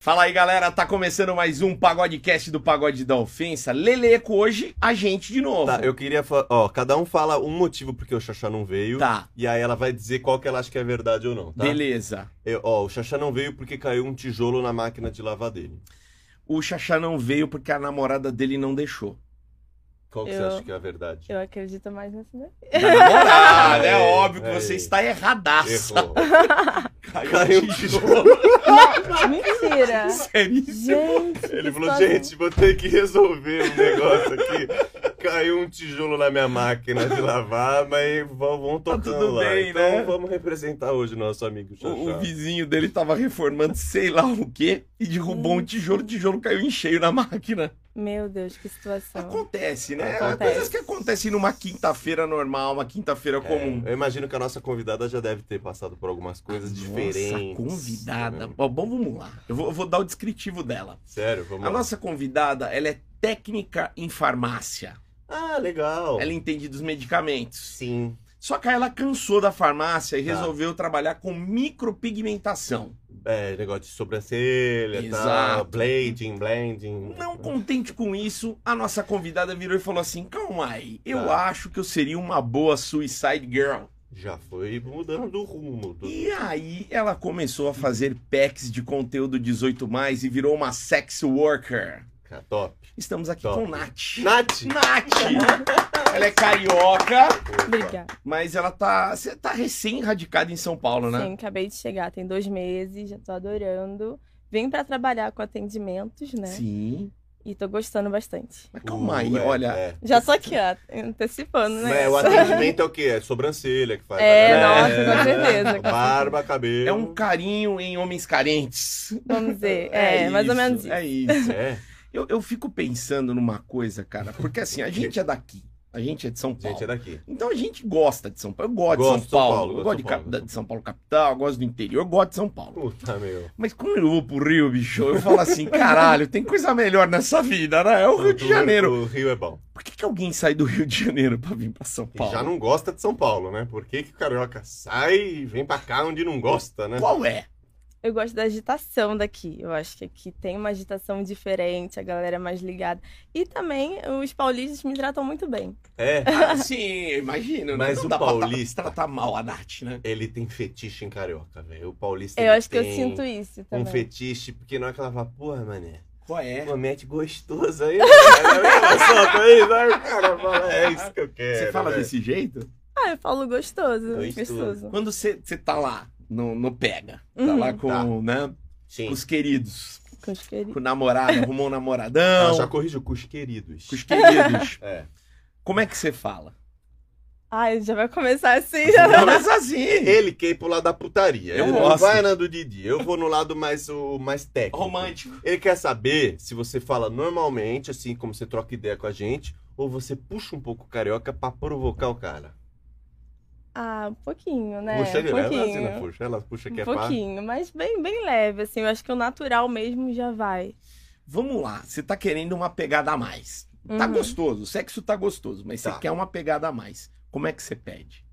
Fala aí, galera. Tá começando mais um Pagodecast do Pagode da Ofensa. Leleco hoje, a gente de novo. Tá, eu queria falar. Ó, cada um fala um motivo porque o Xaxá não veio. Tá. E aí ela vai dizer qual que ela acha que é verdade ou não, tá? Beleza. Eu- ó, o Xaxá não veio porque caiu um tijolo na máquina de lavar dele. O Xaxá não veio porque a namorada dele não deixou. Qual que você Eu- acha que é a verdade? Eu acredito mais nessa daí. Da namorada, é Aí, óbvio que aí. você está erradaço. Errou. Caiu Caiu um um tijolo. Mentira! Seríssimo. Gente! que Ele falou, situação. gente, vou ter que resolver um negócio aqui. Caiu um tijolo na minha máquina de lavar, mas vão, vão Tá tocando tudo lá. bem, então né? vamos representar hoje o nosso amigo Xaxá. O, o vizinho dele tava reformando sei lá o quê e derrubou um tijolo, o tijolo caiu em cheio na máquina. Meu Deus, que situação. Acontece, né? Acontece. Coisas que acontecem numa quinta-feira normal, uma quinta-feira comum. É, Eu imagino que a nossa convidada já deve ter passado por algumas coisas diferentes. Nossa, convidada. né? Bom, bom, vamos lá. Eu vou, eu vou dar o descritivo dela. Sério, vamos A lá. nossa convidada, ela é técnica em farmácia. Ah, legal. Ela entende dos medicamentos. Sim. Só que aí ela cansou da farmácia e Tá. resolveu trabalhar com micropigmentação. É, negócio de sobrancelha, Exato. tal. Blading, blending. Não contente com isso, a nossa convidada virou e falou assim: Calma aí, eu Tá. acho que eu seria uma boa Suicide Girl. Já foi mudando do rumo. do- E aí ela começou a fazer packs de conteúdo 18 e virou uma sex worker. Cara, top. Estamos aqui Top. com Nath. Nath! Nath! ela é carioca, Opa. Obrigada. mas ela tá. Você tá recém-radicada em São Paulo, né? Sim, acabei de chegar, tem dois meses, já tô adorando. Vim pra trabalhar com atendimentos, né? Sim. E tô gostando bastante. Mas Uh, calma aí, é, olha. é. Já só aqui, ó, antecipando, né? Mas o atendimento é o quê? É sobrancelha que faz. É, né? nossa, com certeza, com Barba, cabelo. É um carinho em homens carentes. Vamos dizer. É, mais ou isso, menos isso. É isso. É, Eu, eu fico pensando numa coisa, cara, porque assim, a gente é daqui. A gente é de São Paulo. gente, é daqui. Então a gente gosta de São Paulo. Eu gosto, Gosto de São Paulo. eu gosto de, gosto de São Paulo. cap- de São Paulo capital, eu gosto do interior, eu gosto de São Paulo. Puta, meu. Mas quando eu vou pro Rio, bicho, eu falo assim, caralho, tem coisa melhor nessa vida, né? É o Rio de Janeiro. O Rio é bom. Por que, que alguém sai do Rio de Janeiro pra vir pra São E Paulo? já não gosta de São Paulo, né? Por que, que o carioca sai e vem pra cá onde não gosta, né? Qual é? Eu gosto da agitação daqui. Eu acho que aqui tem uma agitação diferente, a galera é mais ligada. E também os paulistas me tratam muito bem. É, Ah, sim, eu imagino, né? Mas não o dá pra tra- paulista- tratar mal a Nath, né? ele tem fetiche em carioca, velho. O paulista Eu ele acho que eu tem sinto isso um também. fetiche, porque na hora que ela fala, porra, mané, Qual é? uma mete gostosa aí, ela é solta aí, vai, o cara fala, é isso que eu quero. Você fala velho." desse jeito? Ah, eu falo gostoso. Gostoso. Gostoso. Quando você, você tá lá no, no Pega, tá Uhum. lá com, Tá. né, Sim. com os queridos, Com os queridos. com o namorado, arrumou um Ela namoradão, Ah, já corrigiu com os queridos. com os queridos. É. Como é que você fala? Ai, Ah, já vai começar assim. Já... Começa assim. Ele quer ir pro lado da putaria. Eu ele não gosto. vai na do Didi. Eu vou no lado mais, o, mais técnico. Romântico. Ele quer saber se você fala normalmente, assim como você troca ideia com a gente, ou você puxa um pouco o carioca pra provocar o cara. Ah, um pouquinho, né? puxa um ele, ela assim não pouquinho. puxa, ela puxa que Um é pá. pouquinho, mas bem, bem leve, assim. Eu acho que o natural mesmo já vai. Vamos lá, você tá querendo uma pegada a mais. Tá Uhum. gostoso, o sexo tá gostoso, mas Tá. você quer uma pegada a mais. Como é que você pede?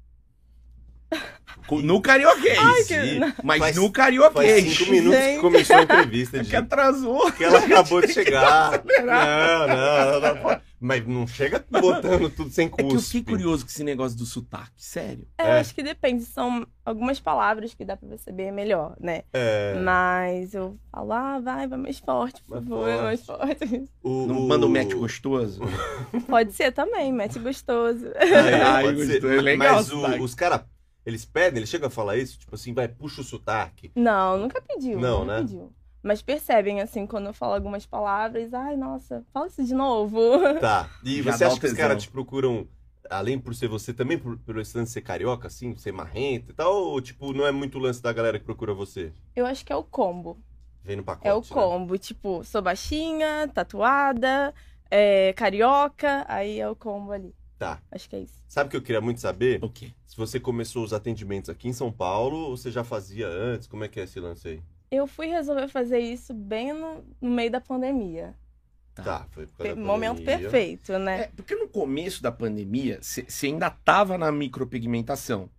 Co- No carioquês. que- Mas Faz- no Faz carioquês. cinco minutos que Gente. começou a entrevista, É que de atrasou. que ela acabou de chegar. acelerar. Não, não, não, não pode. Mas não chega botando tudo sem É que eu custo. fiquei curioso com esse negócio do sotaque, sério. É, É. acho que depende. São algumas palavras que dá pra perceber melhor, né? É. Mas eu falo, ah, vai, vai mais forte, por Mais favor, mais forte. Não manda um match gostoso. Pode ser também, mete gostoso. Ah, pode eu ser. gostei. É legal Mas o o- sotaque. os caras, eles pedem, eles chegam a falar isso, tipo assim, vai, puxa o sotaque. Não, nunca pediu. Não, nunca né? pediu. Mas percebem, assim, quando eu falo algumas palavras, ai, nossa, fala isso de novo. Tá. E Já você dá acha o que os tesão. caras te procuram, além por ser você, também por, pelo esse lance de ser carioca, assim, ser marrenta e tal? Ou, tipo, não é muito o lance da galera que procura você? Eu acho que é o combo. Vem no pacote. É o né? combo. Tipo, sou baixinha, tatuada, é, carioca, aí é o combo ali. Tá. Acho que é isso. Sabe o que eu queria muito saber? O quê? Se você começou os atendimentos aqui em São Paulo ou você já fazia antes? Como é que é esse lance aí? Eu fui resolver fazer isso bem no, no meio da pandemia. Tá. Tá, foi por Pe- causa da Momento pandemia. perfeito, né? É, porque no começo da pandemia, você ainda tava na micropigmentação,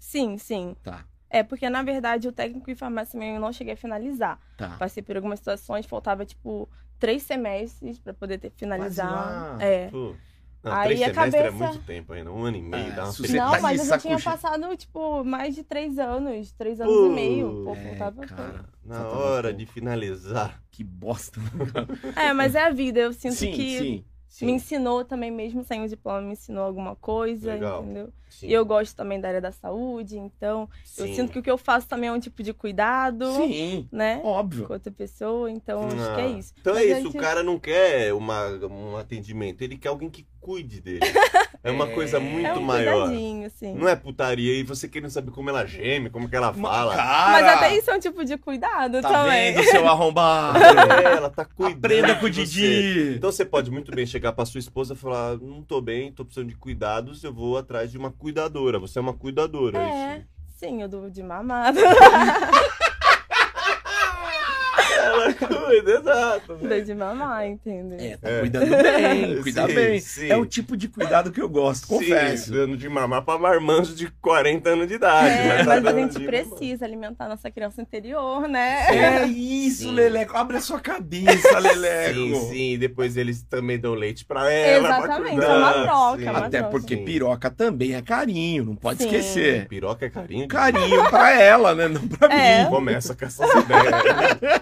Sim, sim. tá? É, porque na verdade o técnico em farmácia mesmo eu não cheguei a finalizar. Tá. Passei por algumas situações, faltava tipo três semestres pra poder ter, finalizar. lá. É. Pô. Não, Aí três a semestres é cabeça- É, muito tempo ainda, um ano e meio, Ah, dá uma se preguiça. tá não, de mas eu já saco tinha cheio. passado, tipo, mais de três anos, três anos Pô. e meio. Pô, faltava É, cara, Tá, Na faltava hora pouco. de finalizar. Que bosta. É, mas é a vida. Eu sinto sim, que sim, sim. me ensinou também, mesmo sem o diploma, me ensinou alguma coisa, Legal. entendeu? Sim, E eu gosto também da área da saúde, então eu sim. sinto que o que eu faço também é um tipo de cuidado, Sim, né? óbvio. Com outra pessoa, então acho que é Ah, isso. Então é Mas a isso, gente- o cara não quer uma, um atendimento, ele quer alguém que cuide dele. É uma coisa É muito É um maior. cuidadinho, assim. Não é putaria e você querendo saber como ela geme, como que ela fala. Cara, Mas até isso é um tipo de cuidado tá também. vendo, seu arrombado? É, ela tá cuidando. Aprenda com o de você. Didi. Então você pode muito bem chegar pra sua esposa e falar: não tô bem, tô precisando de cuidados, eu vou atrás de uma cuidadora. Você é uma cuidadora. É. isso. Sim, eu dou de mamada. Ela cuida, exato. dou de mamar, entendeu? É, tá É. cuidando bem, Sim, cuidar bem. sim. É o tipo de cuidado que eu gosto, confesso. Sim, dando de mamar pra marmanjo de 40 anos de idade. É, tá mas a dando gente de precisa alimentar nossa criança interior, né? É isso, Sim. Leleco. Abre a sua cabeça, mamar. Leleco. Sim, sim, depois eles também dão leite pra ela. pra Exatamente, cuidar, é uma troca, sim. é uma Até porque Sim. piroca também é carinho, não pode Sim. esquecer. Piroca é carinho? Carinho pra ela, né? Não pra É. mim. Começa com essas ideias.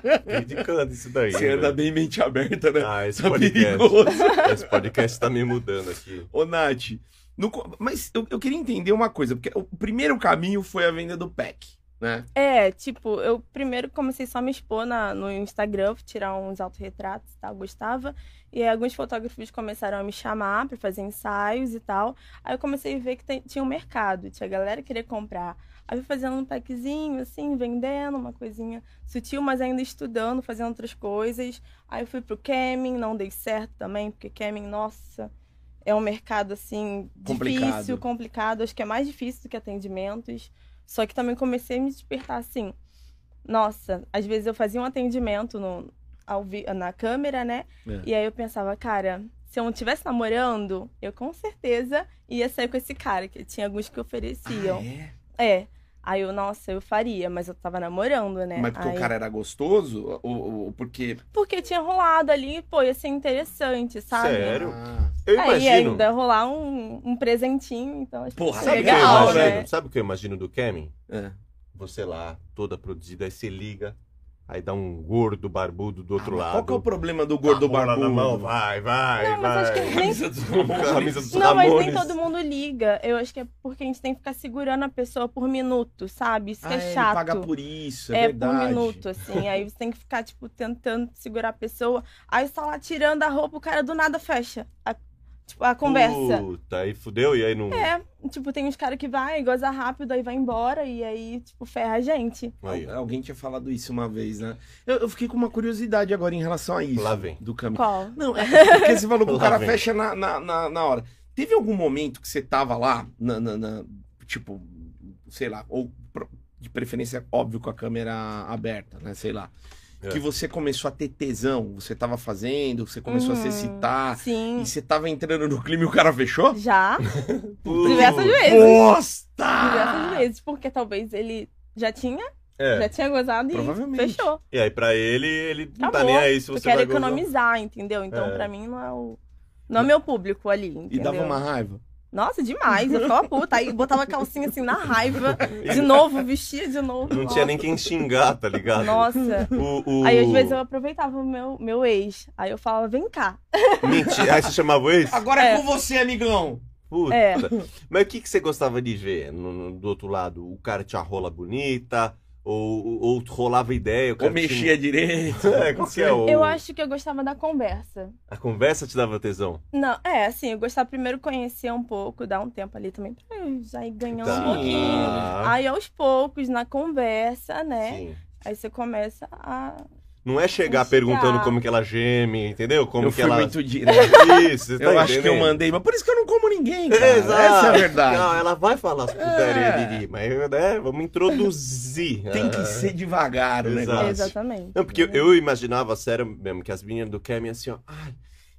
né? Criticando isso daí. né? Você anda velho. bem mente aberta, né? Ah, esse tá podcast, perigoso. esse podcast tá me mudando aqui. Ô, Nath, no co- mas eu, eu queria entender uma coisa, porque o primeiro caminho foi a venda do pack, né? É, tipo, eu primeiro comecei só a me expor na- no Instagram, tirar uns autorretratos e tal, gostava. E aí alguns fotógrafos começaram a me chamar pra fazer ensaios e tal. Aí eu comecei a ver que tem- tinha um mercado, tinha galera querer comprar. Aí eu fui fazendo um packzinho, assim, vendendo uma coisinha sutil, mas ainda estudando, fazendo outras coisas. Aí eu fui pro camming, não dei certo também, porque camming, nossa, é um mercado, assim, Complicado. difícil, complicado. Acho que é mais difícil do que atendimentos. Só que também comecei a me despertar, assim, nossa, às vezes eu fazia um atendimento no, ao vi- na câmera, né? É. E aí eu pensava, cara, se eu não estivesse namorando, eu com certeza ia sair com esse cara, que tinha alguns que ofereciam. é? É. Aí eu, nossa, eu faria, mas eu tava namorando, né? Mas porque Aí- o cara era gostoso? Ou, ou- ou porque... Porque tinha rolado ali, pô, ia ser interessante, sabe? Sério? Ah, Eu É, e imagino. ainda rolar um, um presentinho, então acho Porra, que Sabe é o que eu um Legal, legal, imagino? né? Sabe o que eu imagino do Kemin? é. Você lá, toda produzida, aí você liga, aí dá um gordo barbudo do outro Ah, mas lado. Qual que é o problema do gordo Tá, rola barbudo? Na mão, vai, vai, Não, mas vai. acho que nem Camisa dos Ramones. Camisa dos Não, mas nem Ramones. todo mundo liga. Eu acho que é porque a gente tem que ficar segurando a pessoa por minuto, sabe? Isso que Ah, é ele chato. paga por isso, é, É, por verdade. minuto, assim. Aí você tem que ficar, tipo, tentando segurar a pessoa. Aí você tá lá tirando a roupa, o cara do nada fecha. A, tipo, a conversa. Puta, aí fudeu e aí não. É, Uh. tipo, tem uns caras que vai, goza rápido, aí vai embora. E aí, tipo, ferra a gente. Aí, Al- Alguém tinha falado isso uma vez, né? Eu, eu fiquei com uma curiosidade agora em relação a isso. Lá vem. Do caminho. Qual? Não, é porque você falou que o Lá cara vem. fecha na, na, na, na hora. Teve algum momento que você tava lá, na, na- na- tipo, sei lá, ou pro- de preferência, óbvio, com a câmera aberta, né? Sei lá. É. Que você começou a ter tesão, você tava fazendo, você começou a se Uhum. excitar, Sim. e você tava entrando no clima e o cara fechou? Já? Uh. Puta. Diversas vezes. Diversas Bosta! vezes. Porque talvez ele já tinha, É. já tinha gozado e Provavelmente. fechou. E aí, pra ele, ele não tá Acabou. nem aí se Eu você quero vai gozar. economizar, entendeu? Então, É. pra mim, não é o. Não é meu público ali, E entendeu? dava uma raiva. Nossa, demais. Eu ficava puta. Aí botava a calcinha assim na raiva. De novo, vestia de novo. Não tinha nem quem xingar, tá ligado? Nossa. O, o... Aí às vezes eu aproveitava o meu, meu ex. Aí eu falava, vem cá. Mentira. Aí você chamava o ex? Agora é com você, amigão! Puta. É. Mas o que, que você gostava de ver no- no- do outro lado? O cara tinha rola bonita? Ou, ou rolava ideia? O Ou cara mexia direito. Tinha... um- É, qual que é o... Eu acho que eu gostava da conversa. A conversa te dava tesão? Não, é assim, eu gostava primeiro conhecer um pouco, dar um tempo ali também pra eu já ir ganhando Tá. Ah, um pouquinho. Aí aos poucos, na conversa, né? Sim. Aí você começa a. Não é chegar Chegar. perguntando como que ela geme, entendeu? Como eu que fui ela... muito direto. Isso, você tá Eu acho que eu entendendo? mandei, mas por isso que eu não como ninguém, cara. É, Essa é a verdade. Não, ela vai falar as putarias É. Didi, mas né, vamos introduzir. Tem que Ah. ser devagar o Exato. negócio. Exatamente. Né? Não, porque eu, eu imaginava, sério mesmo, que as meninas do Kemi assim, ó, ai,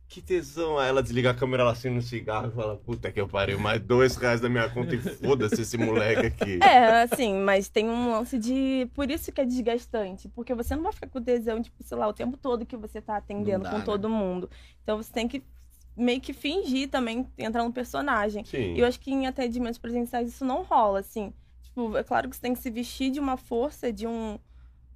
que tesão. Aí ela desliga a câmera, ela acende um cigarro e fala, puta que eu parei mais dois reais da minha conta e foda-se esse moleque aqui. É, assim, mas tem um lance de. Por isso que é desgastante. Porque você não vai ficar com tesão, tipo, sei lá, o tempo todo que você tá atendendo Não dá, com né? todo mundo. Então você tem que meio que fingir também, entrar no personagem. Sim. E eu acho que em atendimentos presenciais isso não rola, assim. Tipo, é claro que você tem que se vestir de uma força, de um.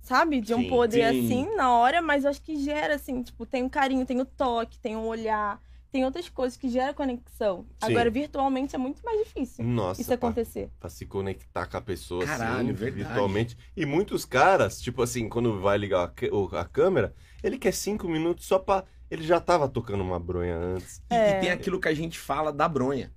Sabe? De um Sim, poder sim. assim na hora, mas eu acho que gera, assim, tipo, tem o carinho, tem o toque, tem o olhar, tem outras coisas que gera conexão. Sim. Agora, virtualmente é muito mais difícil Nossa, isso pá. acontecer. Pra se conectar com a pessoa Caralho, assim, verdade. virtualmente. E muitos caras, tipo assim, quando vai ligar a c- o- a, câmera, ele quer cinco minutos só pra. Ele já tava tocando uma bronha antes. E, É. e tem aquilo que a gente fala da bronha.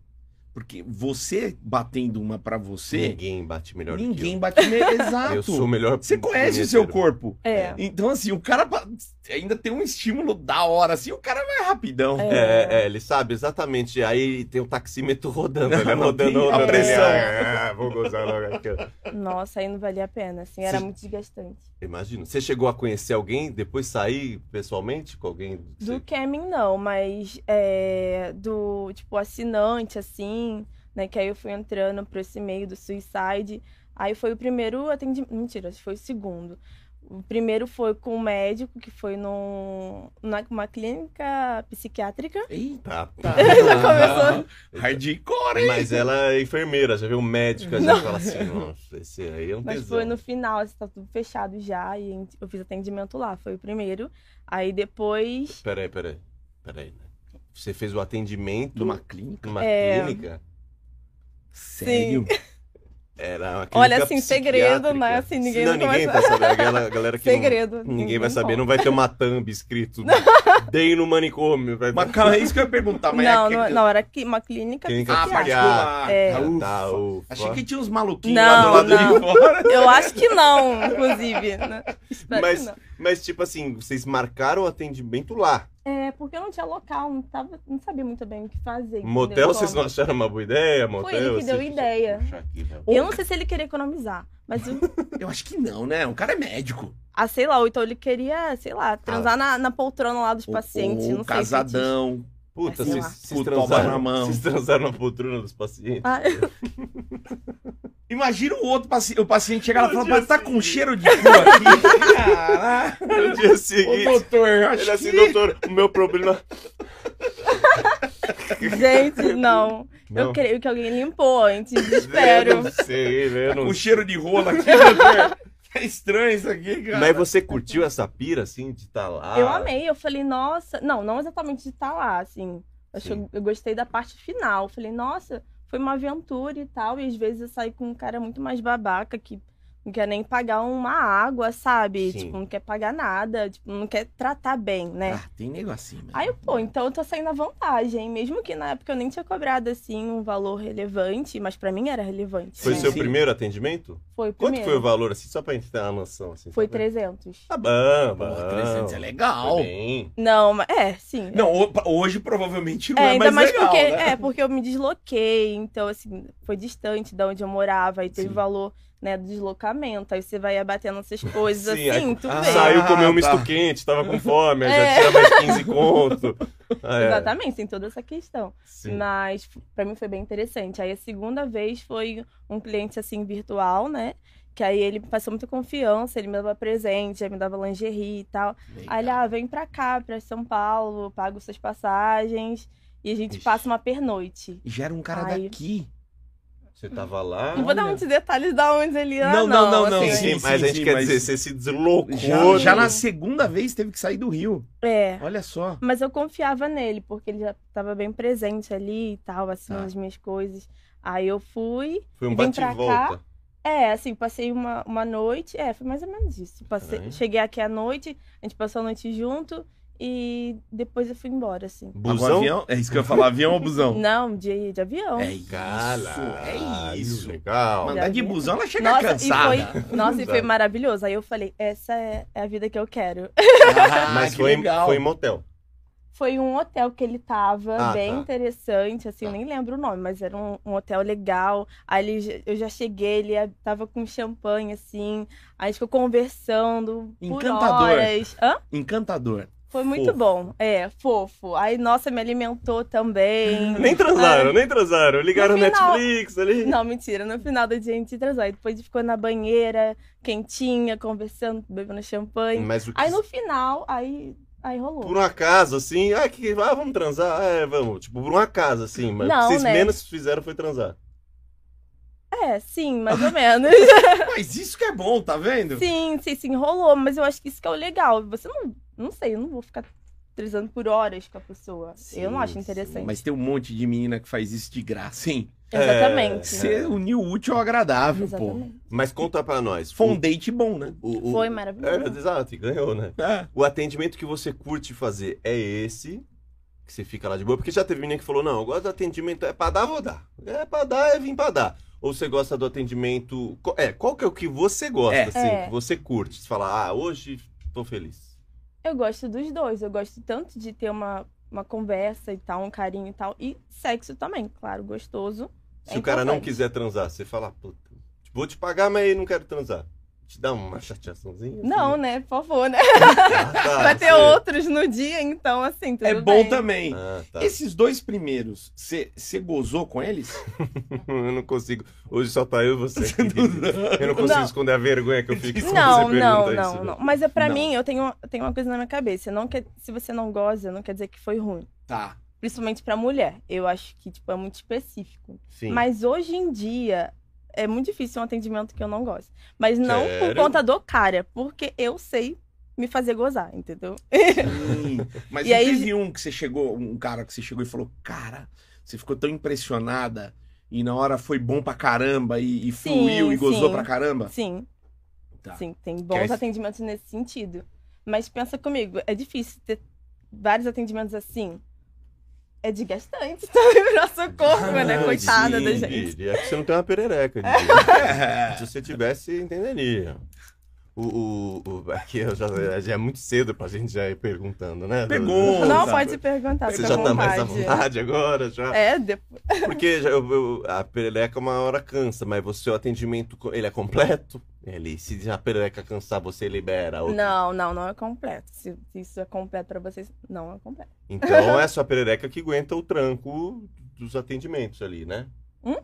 Porque você batendo uma pra você, Ninguém bate melhor do ninguém que bate me... eu. Exato. Eu sou um o melhor. Você conhece o seu punheteiro. corpo. É. Então, assim, o cara ba- ainda tem um estímulo da hora, assim, o cara vai rapidão. É. É, é, ele sabe exatamente. Aí tem o taxímetro rodando, Não, ele vai não rodando, tem rodando. a ele, pressão. "Ah, vou gozar logo aqui. Nossa, aí não valia a pena, assim, era Você- muito desgastante. Imagina. Você chegou a conhecer alguém, depois sair pessoalmente com alguém? Do Kemin, não, mas é, do, tipo, assinante, assim, né? Que aí eu fui entrando pra esse meio do suicide. Aí foi o primeiro atendimento. Mentira, acho que foi o segundo. O primeiro foi com um médico, que foi num, na- numa clínica psiquiátrica. Eita. Tá, Já Hardcore, hein? Mas ela é enfermeira, já viu um médico, já Não. fala assim, nossa, esse aí é um Mas tesão. foi no final, assim, tá tudo fechado já. E ent- eu fiz atendimento lá, foi o primeiro. Aí depois. Peraí, peraí, peraí. né? Você fez o atendimento Numa clínica? numa Hum. É. clínica? Sério? Era uma clínica Olha, assim, segredo, psiquiátrica. né? Assim, ninguém não, nunca ninguém vai vai saber. Aquela galera que não- Segredo. ninguém vai saber, conta. não vai ter uma thumb escrito bem no manicômio. Vai... Mas calma, é isso que eu ia perguntar. Mas não, é não, que... não, é era cli- uma clínica Clínica Ah, psiquiátrica. particular. É. Tá, ufa. Tá, ufa. Achei que tinha uns maluquinhos Não, lá do lado não. de fora. Eu acho que não, inclusive. né? Espero Mas- que não. Mas, tipo assim, vocês marcaram o atendimento lá. É, porque eu não tinha local, não, tava, não sabia muito bem o que fazer. entendeu? Motel, Como. vocês não acharam uma boa ideia? Motel, ele que vocês- deu a ideia. Puxa aqui, vai. Eu não sei se ele queria economizar, mas, eu- Eu acho que não, né? O cara é médico. ah, sei lá, ou então ele queria, sei Ah. lá, transar na, na poltrona lá dos pacientes. Ou- ou não sei se é eu tinha- Um, casadão. Puta, Sei Assim, vocês, lá. vocês Puta, transaram toma na mão. Vocês transaram na poltrona dos pacientes? Ah, Imagina o outro paciente, o paciente chegar lá e No falar, dia mas tá seguinte. com cheiro de cu aqui. Caralho. No dia Ô, seguinte, doutor, eu acho ele assim, que... doutor, o meu problema. gente, não. Eu Não. creio que alguém limpou antes, espero. Eu não sei, velho, eu não Com um cheiro de rola aqui, doutor. É estranho isso aqui, cara. Mas você curtiu essa pira, assim, de estar lá? Eu amei, eu falei, nossa. Não, não exatamente de estar lá, assim. Acho que Sim. eu, eu gostei da parte final. Eu Falei, nossa, foi uma aventura e tal. E às vezes eu saí com um cara muito mais babaca que não quer nem pagar uma água, sabe? Sim. Tipo, não quer pagar nada, tipo, não quer tratar bem, né? Ah, tem negocinho, mesmo. Aí, eu, pô, então eu tô saindo à vantagem. Mesmo que na época eu nem tinha cobrado, assim, um valor relevante, mas pra mim era relevante. Foi né? seu Sim. primeiro atendimento? Foi o Quanto primeiro. foi o valor, assim, só pra gente ter uma noção? Assim, Foi só pra- 300. Tá bom, Pô, bom. 300 é legal. Foi bem. Não, mas... É, sim. Não, ho- hoje provavelmente não É, é, ainda mais, mais legal, porque, né? é, porque eu me desloquei, então, assim, foi distante de onde eu morava, aí teve Sim. valor, né, do deslocamento, aí você vai abatendo essas coisas, Sim, assim, aí- tu ah, vê. Saiu, comeu um misto tá. quente, tava com fome, aí É. já tira mais 15 conto. Ah, é. Exatamente, tem toda essa questão. Sim. Mas f- pra mim foi bem interessante. Aí a segunda vez foi um cliente, assim, virtual, né, que aí ele passou muita confiança, ele me dava presente, aí me dava lingerie e tal. né? Aí ele, ah, vem pra cá, pra São Paulo, pago suas passagens e a gente Ixi. passa uma pernoite. Já era um cara Ai. daqui. Você tava lá. Não vou dar Olha. muitos detalhes da onde ele ah, Não, não, não, não, assim, Sim, Sim, mas sim, a gente sim, quer mas- dizer, você se deslocou. Já, já né? na segunda vez teve que sair do Rio. É. Olha só. Mas eu confiava nele, porque ele já tava bem presente ali e tal, assim, Tá. nas minhas coisas. Aí eu fui. Foi um Vim pra bate-volta. cá. É, assim, passei uma, uma noite. É, foi mais ou menos isso. Tá Passei- Caralho. cheguei aqui à noite, a gente passou a noite junto e depois eu fui embora, assim. Agora, Busão? avião? É isso que eu ia falar, avião ou busão? Não, de, de avião. É isso. É isso. Ah, Legal. Mas- Mandar de avião. busão, ela chega Nossa, cansada. e foi, nossa, e foi Exato. maravilhoso. Aí eu falei, essa é é a vida que eu quero. Ah, Mas que foi, legal. foi em motel. Foi um hotel que ele tava, Ah, bem tá. interessante, assim, eu Tá. nem lembro o nome, mas era um, um hotel legal. Aí ele já- eu já cheguei, ele ia- tava com champanhe, assim, aí a gente ficou conversando por Encantador. horas. Hã? Encantador. Foi muito Fofo. bom. É, fofo. Aí, nossa, me alimentou também. Nem transaram, nem transaram. Ligaram No final- Netflix ali. Não, mentira. No final do dia a gente transou. Aí depois ficou na banheira, quentinha, conversando, bebendo champanhe. Mas o que Aí no final, aí, aí rolou. Hum. Por um acaso, assim, ah, que, ah, vamos transar? Ah, é, vamos. Tipo, por um acaso, assim, mas o que Não, vocês né? menos fizeram foi transar. É, sim, mais ou menos. Mas isso que é bom, tá vendo? sim, sim, sim, rolou. Mas eu acho que isso que é o legal. Você não. Não sei, eu não vou ficar transando por horas com a pessoa. eu não Sim, acho sim, interessante. Mas tem um monte de menina que faz isso de graça, hein? Exatamente. É. Você uniu o útil ao agradável, pô. Exatamente. Mas conta pra nós. Foi um date bom, né? o, o- Foi É, maravilhoso. exato, e ganhou, né? É. O atendimento que você curte fazer é esse, que você fica lá de boa, porque já teve menina que falou, não, eu gosto do atendimento, é pra dar, vou dar. É pra dar, é vir pra dar. Ou você gosta do atendimento, co- é, qual que é o que você gosta, É. assim, É. que você curte? Você fala, ah, hoje tô feliz. Eu gosto dos dois. Eu gosto tanto de ter uma, uma conversa e tal, um carinho e tal. E sexo também, claro, gostoso. Se É o cara não importante. quiser transar, você fala, puta, vou te pagar, mas eu não quero transar. Te dá uma chateaçãozinha? assim? Não, né? Por favor, né? Ah, tá, Vai ter você- outros no dia, então, assim, tudo É bom bem. também. Ah, tá. Esses dois primeiros, você gozou com eles? Eu não consigo. Hoje só tá eu e você. aqui. eu não consigo Não. esconder a vergonha que eu fico quando Não, você pergunta não, isso. né? não, não. Mas é pra Não. mim, eu tenho, eu tenho uma coisa na minha cabeça. Não quer, se você não goza, não quer dizer que foi ruim. Tá. Principalmente pra mulher. Eu acho que, tipo, é muito específico. Sim. Mas hoje em dia, é muito difícil um atendimento que eu não gosto. Mas não Sério? por conta do cara, porque eu sei me fazer gozar, entendeu? Hum, Mas E não aí- teve um que você chegou, um cara que você chegou e falou, cara, você ficou tão impressionada e na hora foi bom pra caramba e, e Sim, fluiu e gozou sim. pra Ah. caramba? Sim, Tá. sim, tem bons Quer- atendimentos nesse sentido. Mas pensa comigo, é difícil ter vários atendimentos assim. É desgastante também pro nosso corpo, né? Ah, Coitada sim, da gente. Didi. É que você não tem uma perereca, Didi. É. Se você tivesse, entenderia. O, o, o- aqui eu já, já é muito cedo pra gente já ir perguntando, né? Pergunta. Não, Tá. pode perguntar, Você fica já à tá vontade. mais à vontade agora, já. É, depois. Porque já- eu- eu- a perereca uma hora cansa, mas você, o seu atendimento, co- ele é completo? Ele, se a perereca cansar, você libera. ou- Não, não, não é completo. Se se isso é completo pra vocês, não é completo. Então é só a perereca que aguenta o tranco dos atendimentos ali, né? Hum?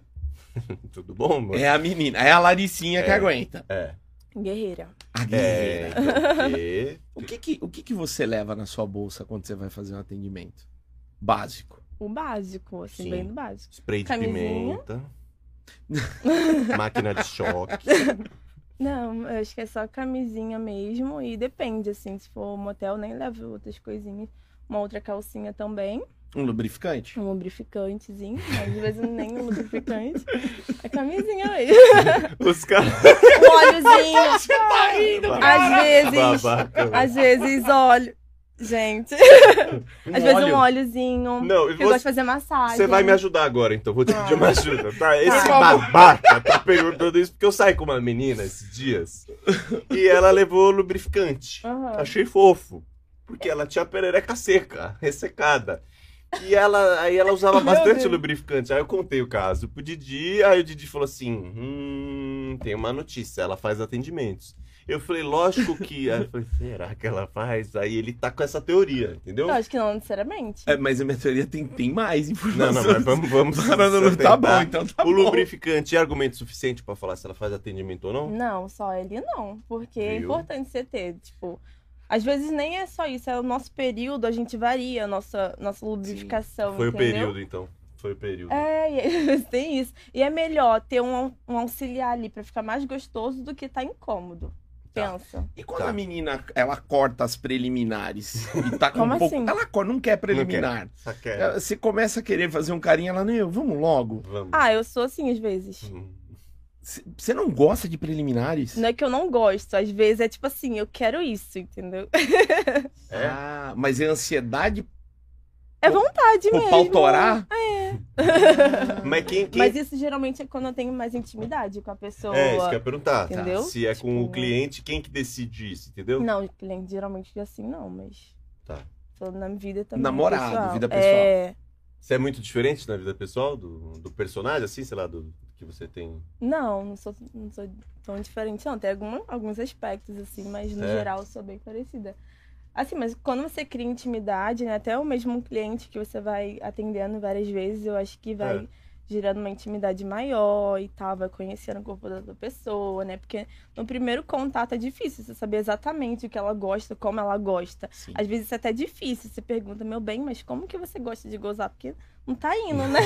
Tudo bom, mano? É a menina, é a Laricinha que É. aguenta. É. Guerreira. A É, guerreira. então, e- O, que que, o que que você leva na sua bolsa quando você vai fazer um atendimento? Básico. O básico, assim, Sim. bem do básico. Spray de Camisinha. pimenta. Máquina de choque. Não, eu acho que é só camisinha mesmo. E depende, assim, se for motel, nem levo outras coisinhas. Uma outra calcinha também. Um lubrificante? Um lubrificantezinho. Mas às vezes nem um lubrificante. É camisinha mesmo. Os caras. Um óleozinho. Você tá rindo, Às vezes. Babaca. velho. Às vezes, óleo. Gente. Às vezes um óleozinho. Não, e Eu gosto de você, fazer massagem. você vai me ajudar agora, então. Vou te pedir uma ajuda, tá? Esse favor. babaca tá perguntando isso porque eu saí com uma menina esses dias e ela levou lubrificante. Aham. Achei fofo. Porque ela tinha a perereca seca, ressecada. E ela, aí ela usava Meu bastante Deus. lubrificante. Aí eu contei o caso pro Didi, aí o Didi falou assim: hum, tem uma notícia, ela faz atendimentos. Eu falei, lógico que. Aí eu falei, será que ela faz? Aí ele tá com essa teoria, entendeu? Eu acho que não necessariamente. É, mas a minha teoria tem, tem mais Não, informações. não, mas vamos. vamos Parando no- Tá bom, então tá O bom. lubrificante é argumento suficiente pra falar se ela faz atendimento ou não? Não, só ele não. Porque é Viu? importante você ter, tipo. Às vezes nem é só isso, é o nosso período, a gente varia a nossa, nossa lubrificação. Foi o entendeu? período, então. Foi o período. É, e- tem isso. E é melhor ter um, au- um auxiliar ali pra ficar mais gostoso do que tá incômodo. Tá. Pensa. E quando Tá. a menina, ela corta as preliminares e tá com Como um pouco... assim? Ela corta, não quer preliminar. Saquera. Ela- Você começa a querer fazer um carinho, ela, não, vamos logo. Vamos. Ah, eu sou assim às vezes. Hum. C- Você não gosta de preliminares? Não é que eu não gosto, às vezes é tipo assim, eu quero isso, entendeu? É? Ah, mas é ansiedade É É. vontade por mesmo. pautorar? Mas quem, quem Mas isso geralmente é quando eu tenho mais intimidade com a pessoa. É, isso que eu ia perguntar. Entendeu? Se é com Tipo, o cliente, quem que decide isso, entendeu? Não, cliente geralmente assim não, mas. Tá. Tô na vida também. Namorado, pessoal. vida pessoal. É. Você é muito diferente na vida pessoal do, do personagem, assim, sei lá, do que você tem. Não, não sou, não sou tão diferente, não. Tem alguma- alguns aspectos, assim, mas no Certo. geral eu sou bem parecida. Assim, mas quando você cria intimidade, né? Até o mesmo cliente que você vai atendendo várias vezes, eu acho que vai É. gerando uma intimidade maior e tal, vai conhecendo o corpo da outra pessoa, né? Porque no primeiro contato é difícil você saber exatamente o que ela gosta, como ela gosta. Sim. Às vezes isso é até difícil, você pergunta, meu bem, mas como que você gosta de gozar? Porque não tá indo, né?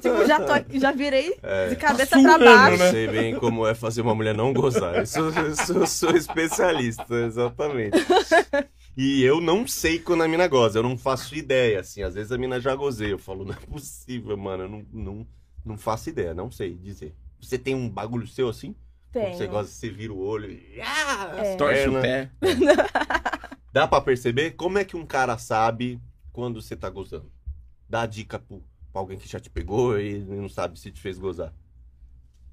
tipo, já, tô, aqui- já virei É. de cabeça pra suando, Eu Claro, baixo. né? sei bem como é fazer uma mulher não gozar. Eu sou, eu sou- eu sou especialista, exatamente. E eu não sei quando a mina goza, eu não faço ideia, assim. Às vezes a mina já gozei, eu falo, não é possível, mano, eu não, não, não faço ideia, não sei dizer. Você tem um bagulho seu assim? Quando Tenho. Você goza, você vira o olho e... Ah, É. as Torce o pernas. pé. Dá pra perceber? Como é que um cara sabe quando você tá gozando? Dá dica pro, pra alguém que já te pegou e não sabe se te fez gozar.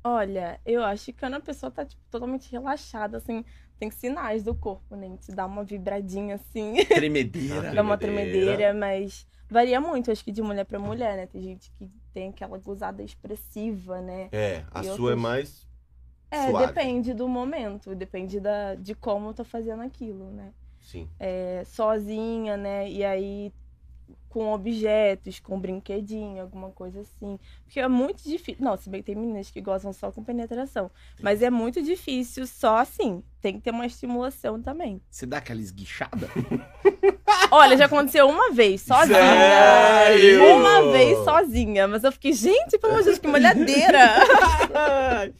Olha, eu acho que quando a pessoa tá, tipo, totalmente relaxada, assim, tem sinais do corpo, né? Te dá uma vibradinha, assim, Tremedeira. dá uma tremedeira. tremedeira, mas varia muito, acho que de mulher pra mulher, né? Tem gente que tem aquela gozada expressiva, né? É, a E eu sua é fiz- mais É, suave. depende do momento, depende da, de como eu tô fazendo aquilo, né? Sim. É, sozinha, né? E aí com objetos, com brinquedinho, alguma coisa assim. Porque é muito difícil. Não, se bem que tem meninas que gozam só com penetração. Mas é muito difícil só assim. Tem que ter uma estimulação também. Você dá aquela esguichada? Olha, já aconteceu uma vez, sozinha. Sério? Uma vez sozinha. Mas eu fiquei, gente, pelo amor de Deus, que molhadeira. Ai,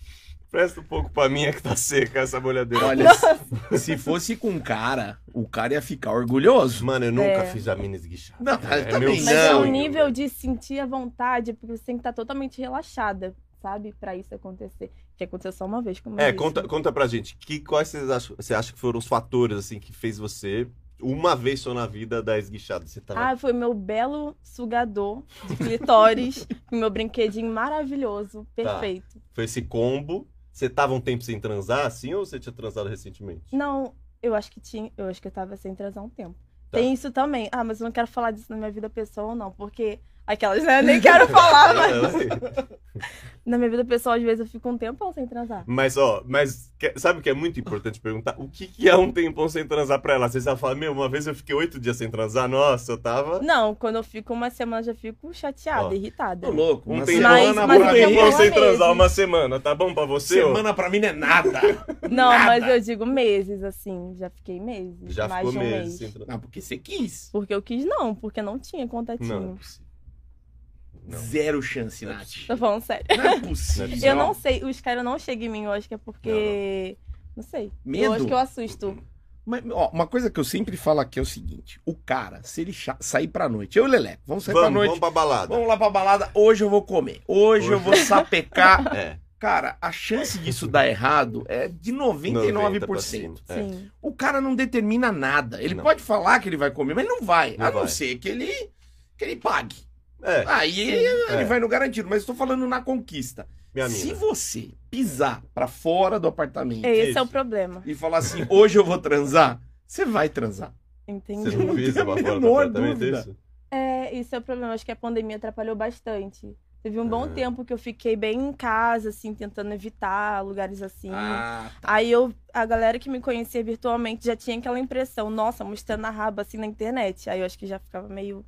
Presta um pouco pra minha que tá seca essa molhadeira. Olha, se- se fosse com um cara, o cara ia ficar orgulhoso. Mano, eu nunca É. fiz a mina esguichada. Não, eu também meu não. Mas é um sonho, nível velho. de sentir a vontade, porque você tem que estar totalmente relaxada, sabe? Pra isso acontecer. Que aconteceu só uma vez, como eu É, disse. conta, conta pra gente. Que, quais vocês acham, você acha que foram os fatores, assim, que fez você, uma vez só na vida, dar esguichada? Você tava... Ah, foi meu belo sugador de clitóris, e meu brinquedinho maravilhoso, Tá. perfeito. Foi esse combo. Você tava um tempo sem transar, assim, ou você tinha transado recentemente? Não, eu acho que tinha, eu acho que eu tava sem transar um tempo. Tá. Tem isso também. Ah, mas eu não quero falar disso na minha vida pessoal, não, porque aquelas, né, nem quero É, falar, mas na minha vida pessoal às vezes eu fico um tempão sem transar. Mas, ó, mas que- sabe o que é muito importante perguntar? O que, que é um tempão sem transar pra ela? Às vezes ela fala, meu, uma vez eu fiquei oito dias sem transar, nossa, eu tava. Não, quando eu fico uma semana já fico chateada, Ó. irritada. Tô louco. Um uma tempão, Mas- semana mas um pra eu mim- tempão vou sem mesmo. transar uma semana, tá bom pra você? ô? Semana pra mim não é nada. Não, Nada. mas eu digo meses assim, já fiquei meses, Já mais ficou de um meses mês. sem transar. Não, porque você quis. Porque eu quis não, porque não tinha Não, não é contatinho. possível. Não. Zero chance, Não é Nath. Tô falando sério. Não é possível. possível. Eu não sei, os caras não chegam em mim, eu acho que é porque. Não, sei. Medo? Eu acho que eu assusto. Mas, ó, uma coisa que eu sempre falo aqui é o seguinte: o cara, se ele cha- sair pra noite, eu e o Lelé, vamos sair pra Vamos, tá noite. vamos pra balada. Vamos lá pra balada, hoje eu vou comer. Hoje, eu Hoje. vou sapecar. É, Cara, a chance disso dar errado é de 99%. 90 pra cima. É. Sim. O cara não determina nada. Ele Não. pode falar que ele vai comer, mas ele não vai. Não a não vai. ser que ele, que ele pague. É, Aí ele É. vai no garantido. Mas estou falando na conquista. minha Se mina. você pisar pra fora do apartamento É, Esse isso. é o problema. e falar assim, hoje eu vou transar, você vai transar. Você Entendi. não pisa pra tenho a fora do menor apartamento, é dúvida. isso? É, esse é o problema. Acho que a pandemia atrapalhou bastante. Teve um bom Ah. tempo que eu fiquei bem em casa, assim, tentando evitar lugares assim. Ah, Aí eu, a galera que me conhecia virtualmente já tinha aquela impressão, nossa, mostrando a raba assim na internet. Aí eu acho que já ficava meio.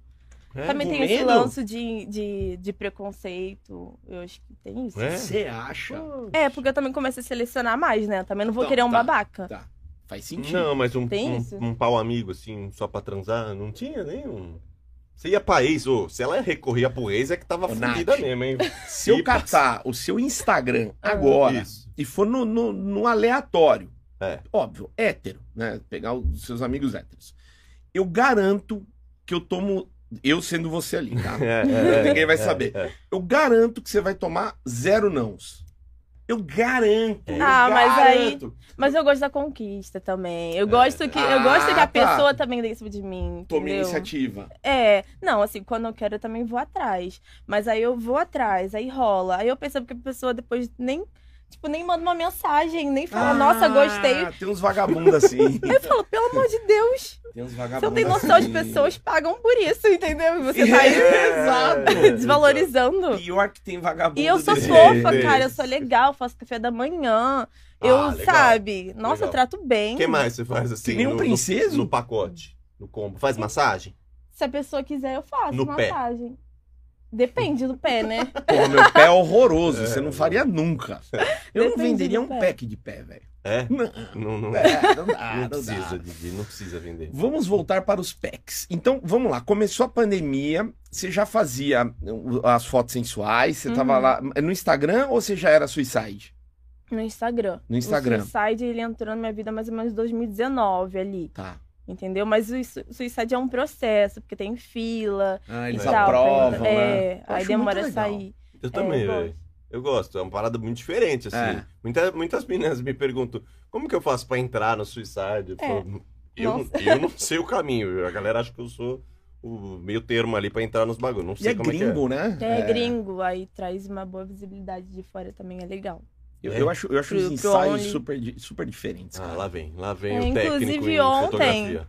Tá É, Também tem esse medo? lance de, de, de preconceito. Eu acho que tem isso. É? você acha? É, porque eu também comecei a selecionar mais, né? Também não vou Então, querer um tá. babaca. Tá. Faz sentido. Não, mas um, Tem um- isso? um pau amigo, assim, só pra transar, não tinha nenhum. Você ia pra ex, ô. Se ela recorria pro ex, é que tava Ô, fudida Nath. mesmo, hein? Se eu Pipas. catar o seu Instagram agora Ah, Isso. e for no, no, no aleatório, É. óbvio, hétero, né? Pegar os seus amigos héteros. Eu garanto que eu tomo. Eu sendo você ali, tá? É, Ninguém vai é, saber. é. Eu garanto que você vai tomar zero nãos. Eu garanto. eu Ah, mas aí- garanto. Mas eu gosto da conquista também. Eu gosto que eu Ah, gosto que a tá. pessoa também dê em cima de mim. Tome entendeu? iniciativa. É, não, assim, quando eu quero eu também vou atrás. Mas aí eu vou atrás, aí rola. Aí eu percebo que a pessoa depois nem, tipo, nem manda uma mensagem, nem fala, Ah, nossa, gostei. Tem uns vagabundos assim. Eu falo, pelo amor de Deus, Tem uns você vagabundos. não tem noção, as assim. pessoas pagam por isso, entendeu? E você tá aí Exato. desvalorizando. Pior que tem vagabundo. tipo E eu sou desse fofo. jeito. fofa, jeito. cara, eu sou legal, faço café da manhã. Eu, Ah, legal. sabe? Nossa, Legal. eu trato bem. O que mais você faz assim? Que nem um no- princeso? No, no pacote, no combo. Faz massagem? Se a pessoa quiser, eu faço No pé. massagem. Depende do pé, né? Porra, meu pé é horroroso. É, você não faria nunca. Eu não Depende venderia do um pé. pack de pé, velho. É? Não, Não, não, é, não dá, não não dá. precisa, Didi, não precisa vender. Vamos voltar para os packs. Então, vamos lá. Começou a pandemia, você já fazia uh, as fotos sensuais, você Uhum. tava lá no Instagram ou você já era suicide? No Instagram. No Instagram. O Suicide, ele entrou na minha vida mais ou menos em 2019 ali, Tá. entendeu? Mas o su- Suicide é um processo, porque tem fila Ah, e eles tal. Tá aprovam, né? é, aí acho demora a muito legal. sair. É, Eu também, eu velho. Eu gosto, é uma parada muito diferente, assim. É. Muita- muitas meninas me perguntam, como que eu faço pra entrar no suicide? Eu, É. falo, eu, não- Nossa. eu não sei o caminho, a galera acha que eu sou o meio termo ali pra entrar nos bagulhos, não E sei é como é que é. gringo, né? É, gringo, aí traz uma boa visibilidade de fora também, é legal. Eu, eu acho, eu acho os Pro- pro ensaios Only. super, di- super diferentes, Ah, cara. lá vem, lá vem É, o técnico inclusive em ontem. fotografia.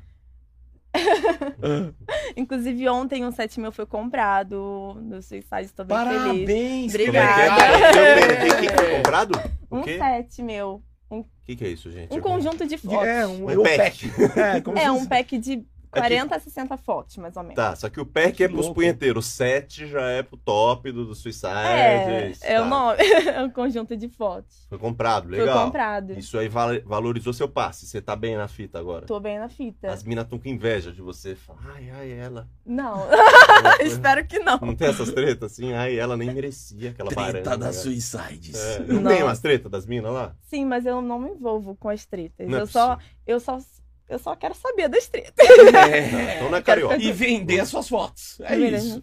Ah, Inclusive, ontem um set meu foi comprado no Suicide, estou bem feliz. Ah, Parabéns, que Como é que é? legal. Obrigada. Eu perdi, o que que foi comprado? O Um quê? set meu, O que que é isso, gente? um Eu- conjunto de fotos. É, um, Um o pack. É, como se É, fosse- um pack de 40 a 60 fotos, mais ou menos. É Tá, só que o pack Que é pros louco. punheteiros, o 7 já é pro top do, do Suicide. É, isso, é o tá. nome, é um conjunto de fotos. Foi comprado, legal. Foi comprado. Isso aí val- valorizou seu passe, você tá bem na fita agora. Tô Tá. bem na fita. As minas estão com inveja de você. Fala, ai, ai, ela. Não, Ela foi- espero que não. Não tem essas tretas assim? Ai, ela nem merecia aquela Treta parada. da né? Suicides. É, Não, Não. tem umas tretas das minas lá? Sim, mas eu não me envolvo com as tretas. Não é eu, só, possível. eu, só, eu só quero saber das tretas. Não, então não é quero carioca. E vender as suas fotos. É Beleza. isso.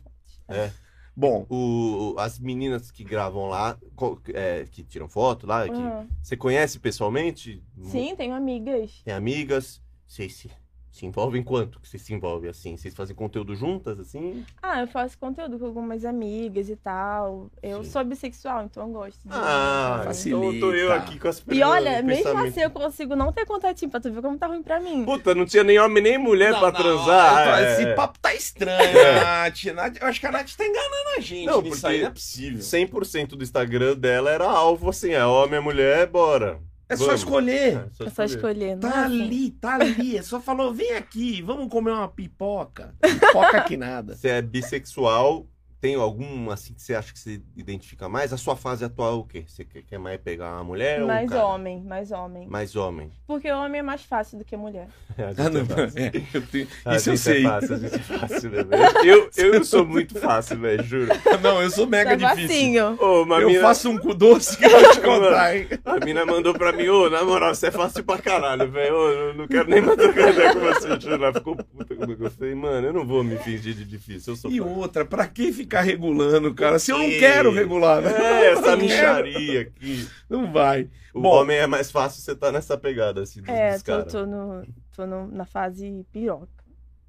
Bom, O, as meninas que gravam lá, co- é, que tiram foto lá, que- Uhum. você conhece pessoalmente? Sim, tenho amigas. Tem amigas? Vocês se, se envolvem quanto que vocês se envolvem assim? Vocês fazem conteúdo juntas assim? Ah, eu faço conteúdo com algumas amigas e tal. Eu Sim. sou bissexual, então eu gosto de. Ah, Facilita. então tô eu aqui com as E olha, com mesmo pensamento. assim eu consigo não ter contatinho pra tu ver como tá ruim pra mim. Puta, não tinha nem homem nem mulher Não, pra não, transar. eu tô- é. Esse papo tá estranho, Nath. Nath- Eu acho que a Nath tá enganando a gente. Não, nisso porque- aí não é possível. 100% do Instagram dela era alvo, assim, é homem, é mulher, bora. É só Vamos. escolher. É É só escolher, não Tá é assim? ali, tá ali. É só falou, vem aqui, vamos comer uma pipoca. Pipoca que nada. Você é bissexual, tem algum, assim, que você acha que se identifica mais? A sua fase atual é o quê? Você quer quer mais pegar uma É mulher ou um Mais cara? homem, mais homem. Mais homem. Porque homem é mais fácil do que mulher. A Ah, não. gente é fácil. é, eu tenho- A Isso eu gente é sei. fácil, a gente é fácil, né, velho? Eu, eu, eu sou muito fácil, velho, juro. Não, eu sou mega Tá difícil. facinho. Ô, uma Eu mina, faço um cu doce que eu vou te contar, hein? a mina mandou pra mim, ô, na moral, você é fácil pra caralho, velho. Ô, eu não quero nem mais trocar ideia com você, juro. Ela ficou puta comigo. Eu falei, mano, eu não vou me fingir de difícil, eu sou E fácil. outra, pra que ficar regulando, cara? Se eu não E- quero regular, né? É, essa Não micharia aqui. não vai. O Bom. homem é mais fácil você tá nessa pegada, assim, dos, É, dos tô, caras. tô, no, tô no- na fase piroca.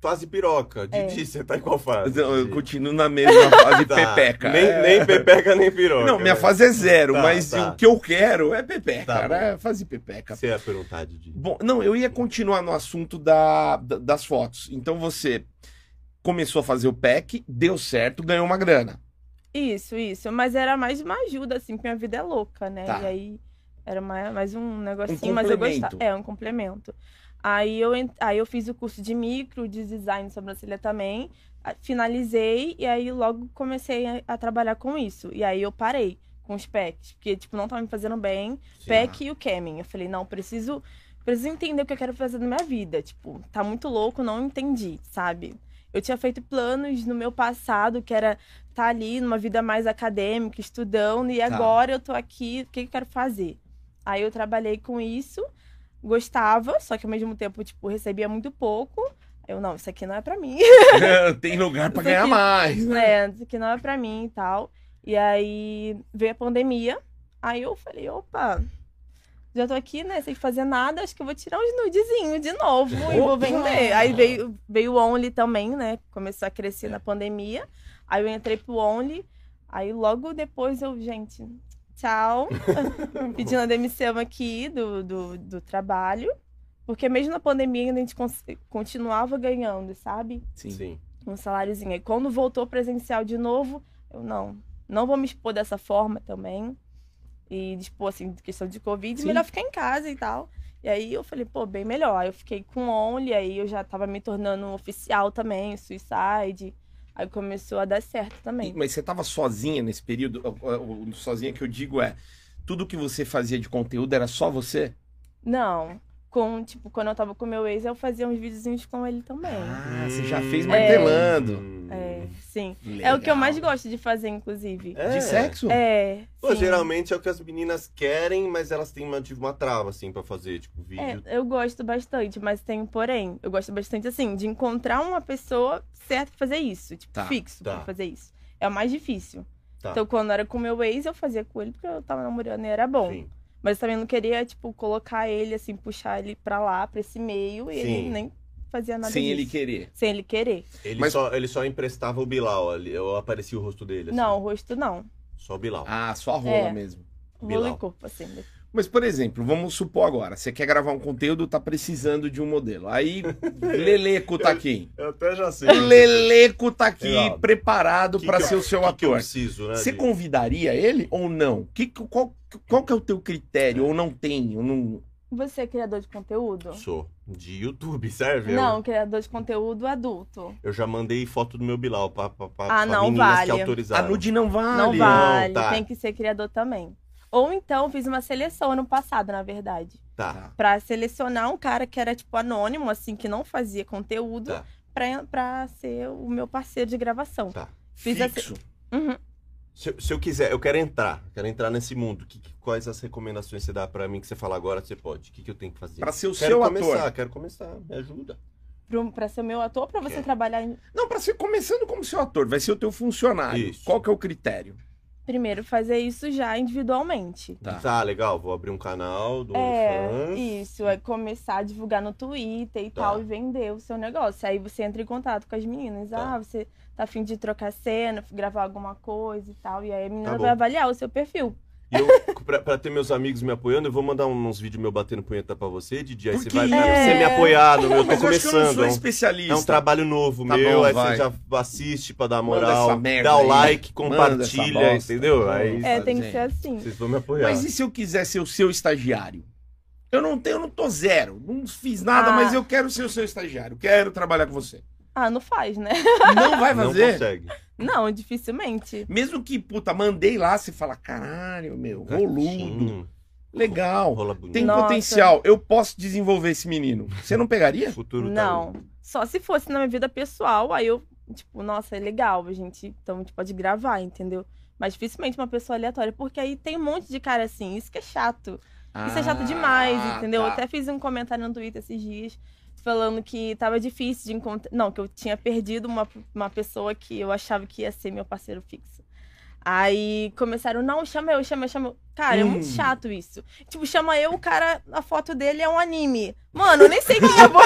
Fase piroca. É. Didi, você tá em qual fase? Não, eu Didi? continuo na mesma fase Tá. pepeca. Nem, É. nem pepeca, nem piroca. Não, minha né? fase é zero, Tá, mas tá. o que eu quero é pepeca, Tá cara. bom. É fase pepeca. Você ia perguntar, Didi. Bom, não, eu ia continuar no assunto da, da- das fotos. Então você começou a fazer o pack, deu certo, ganhou uma grana. Isso, isso. Mas era mais uma ajuda, assim, porque minha vida é louca, né? Tá. E aí era ma- mais um negocinho, Um mas eu complemento. gostava. É, um complemento. Aí eu, en- aí eu fiz o curso de micro, de design de sobrancelha também. a- Finalizei e aí logo comecei a, a trabalhar com isso. E aí eu parei com os packs, porque, tipo, não tava me fazendo bem. Peck e o Kemen. Eu falei, não, preciso, preciso entender o que eu quero fazer na minha vida. Tipo, tá muito louco, não entendi, sabe? Eu tinha feito planos no meu passado, que era estar ali numa vida mais acadêmica, estudando, e agora eu tô aqui, o que que eu quero fazer? Aí eu trabalhei com isso, gostava, só que ao mesmo tempo, tipo, recebia muito pouco. Eu, não, isso aqui não é pra mim. Tem lugar pra Isso ganhar aqui- mais. É, disse que não é pra mim e tal. E aí veio a pandemia. Aí eu falei, opa, já tô aqui, né? Sem fazer nada, acho que eu vou tirar uns nudezinhos de novo e vou Opa! vender. Aí veio, veio o Only também, né? Começou a crescer na pandemia. Aí eu entrei pro Only. Aí logo depois eu, gente, tchau. Pedindo a demissão aqui do, do, do trabalho. Porque mesmo na pandemia ainda a gente cons- continuava ganhando, sabe? Sim. Sim. um saláriozinho. Aí quando voltou presencial de novo, eu não, não vou me expor dessa forma também. E, tipo, assim, questão de Covid, Sim. melhor ficar em casa e tal. E aí eu falei, pô, bem melhor. Aí eu fiquei com Only, aí eu já tava me tornando oficial também, Suicide. Aí começou a dar certo E- também. Mas você tava sozinha nesse período? O- o- o- Sozinha que eu digo é. Tudo que você fazia de conteúdo era só você? Não, com, tipo, quando eu tava com meu ex, eu fazia uns videozinhos com ele também. Ah, você já fez Hum. martelando. É, sim. É Legal. o que eu mais gosto de fazer, inclusive. É. De sexo? É. Pô, sim. geralmente é o que as meninas querem, mas elas têm uma, tipo, uma trava, assim, pra fazer, tipo, vídeo. É, eu gosto bastante, mas tem um porém. Eu gosto bastante, assim, de encontrar uma pessoa certa pra fazer isso. Tipo, Tá, fixo tá. pra fazer isso. É o mais difícil. Tá. Então, quando era com meu ex, eu fazia com ele porque eu tava namorando e era bom. Sim. Mas também não queria, tipo, colocar ele, assim, puxar ele pra lá, pra esse meio. E Sim. ele nem fazia nada Sem ele disso. querer. Sem ele querer. Ele, Mas- só, ele só emprestava o Bilal ali, eu aparecia o rosto dele, assim. Não, o rosto não. Só o Bilal. Ah, só a rola É. mesmo. Rolo Bilal. e corpo, assim. Mas, por exemplo, vamos supor agora, você quer gravar um conteúdo, tá precisando de um modelo. Aí, Leleco tá aqui. Eu até já É sei. Leleco tá aqui Legal. preparado Que pra que eu- ser o seu O que que eu ator. preciso, né? Você de- convidaria ele ou não? Que, que- qual, qual que é o teu critério? Ou não tem? Ou não... Você é criador de conteúdo? Sou. De YouTube, serve? Não, criador de conteúdo adulto. Eu já mandei foto do meu Bilal pra, pra, pra, pra Ah, não meninas vale. que A autorizaram. nude não vale. Não vale, Ah, tá. tem que ser criador também. Ou então fiz uma seleção ano passado, na verdade, Tá. Tá. Pra selecionar um cara que era tipo anônimo, assim, que não fazia conteúdo, Tá. pra para ser o meu parceiro de gravação. Tá. Fiz Fixo. Uhum. Se, eu- se eu quiser, eu quero entrar. Quero entrar nesse mundo. Que, que- quais as recomendações você dá pra mim que você fala agora? Você pode? O que, que eu tenho que fazer? Pra ser o quero seu começar, ator. quero começar. Me ajuda. Pro- Pra ser o meu ator, pra você É. trabalhar em... Não, pra ser começando como seu ator, vai ser o teu funcionário. Isso. Qual que é o critério? primeiro fazer isso já individualmente. Tá. legal. Vou abrir um canal do É, OnlyFans. isso, é começar a divulgar no Twitter e Tá. tal e vender o seu negócio. Aí você entra em contato com as meninas. Tá. Ah, você tá afim de trocar cena, gravar alguma coisa e tal. E aí a menina Tá bom. vai avaliar o seu perfil. E eu, pra, pra ter meus amigos me apoiando, eu vou mandar uns vídeos meu batendo punheta pra você, Didi. Aí Por você que vai isso? você me É. apoiar no meu. Eu tô Mas eu acho que eu não começando. sou é um- especialista. É um trabalho novo Tá meu, bom, aí vai. você já assiste pra dar Manda moral, essa merda dá o aí. like, Manda essa compartilha, bosta. entendeu? Tá Aí bom. É, Isso, tem que gente. ser assim. vocês vão me apoiar. Mas e se eu quiser ser o seu estagiário? Eu não tenho, eu não tô zero. Não fiz nada, Ah. mas eu quero ser o seu estagiário. Quero trabalhar com você. Ah, não faz, né? Não vai Não fazer? consegue. Não, dificilmente. Mesmo que, puta, mandei lá, você fala, caralho, meu, roludo, Hum, legal, Rola bonito. tem Nossa. potencial, eu posso desenvolver esse menino. Você não pegaria? Futuro tá não. talento. Só se fosse na minha vida pessoal, aí eu, tipo, nossa, é legal, a gente, então a gente pode gravar, entendeu? Mas dificilmente uma pessoa aleatória, porque aí tem um monte de cara assim, isso que é chato. Isso é chato demais, Ah, entendeu? Eu tá. Até fiz um comentário no Twitter esses dias falando que tava difícil de encontrar. Não, que eu tinha perdido uma, uma pessoa que eu achava que ia ser meu parceiro fixo. Aí começaram, não, chama eu, chama eu, chama eu. Cara, é muito Hum. chato isso. Tipo, chama eu, o cara, a foto dele é um anime. Mano, eu nem sei quem eu vou.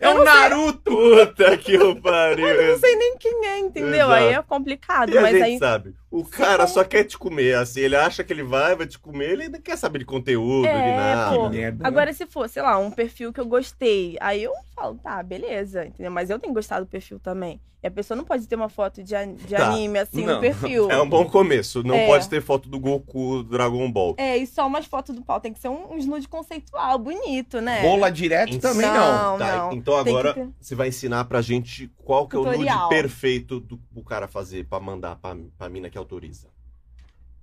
É o Naruto! Puta que eu pariu. Não sei nem quem é, entendeu? Exato. Aí é complicado, E a mas gente aí. sabe, o cara só quer te comer, assim, ele acha que ele vai, vai te comer, ele não quer saber de conteúdo, de É, nada. pô. Que merda. né? Agora, se for, sei lá, um perfil que eu gostei, aí eu falo, tá, beleza, entendeu? Mas eu tenho gostado do perfil também. E a pessoa não pode ter uma foto de, an- de Tá. anime, assim, Não. no perfil. É um bom começo, não É. pode ter foto do Goku, Dragon Ball. É, e só umas fotos do pau. Tem que ser um, um nude conceitual, bonito, né? Rola direto também não. Não, não. Então Tem que agora ter- você vai ensinar pra gente qual que é o nude Tutorial. perfeito do, pro cara fazer pra mandar pra, pra mina que autoriza.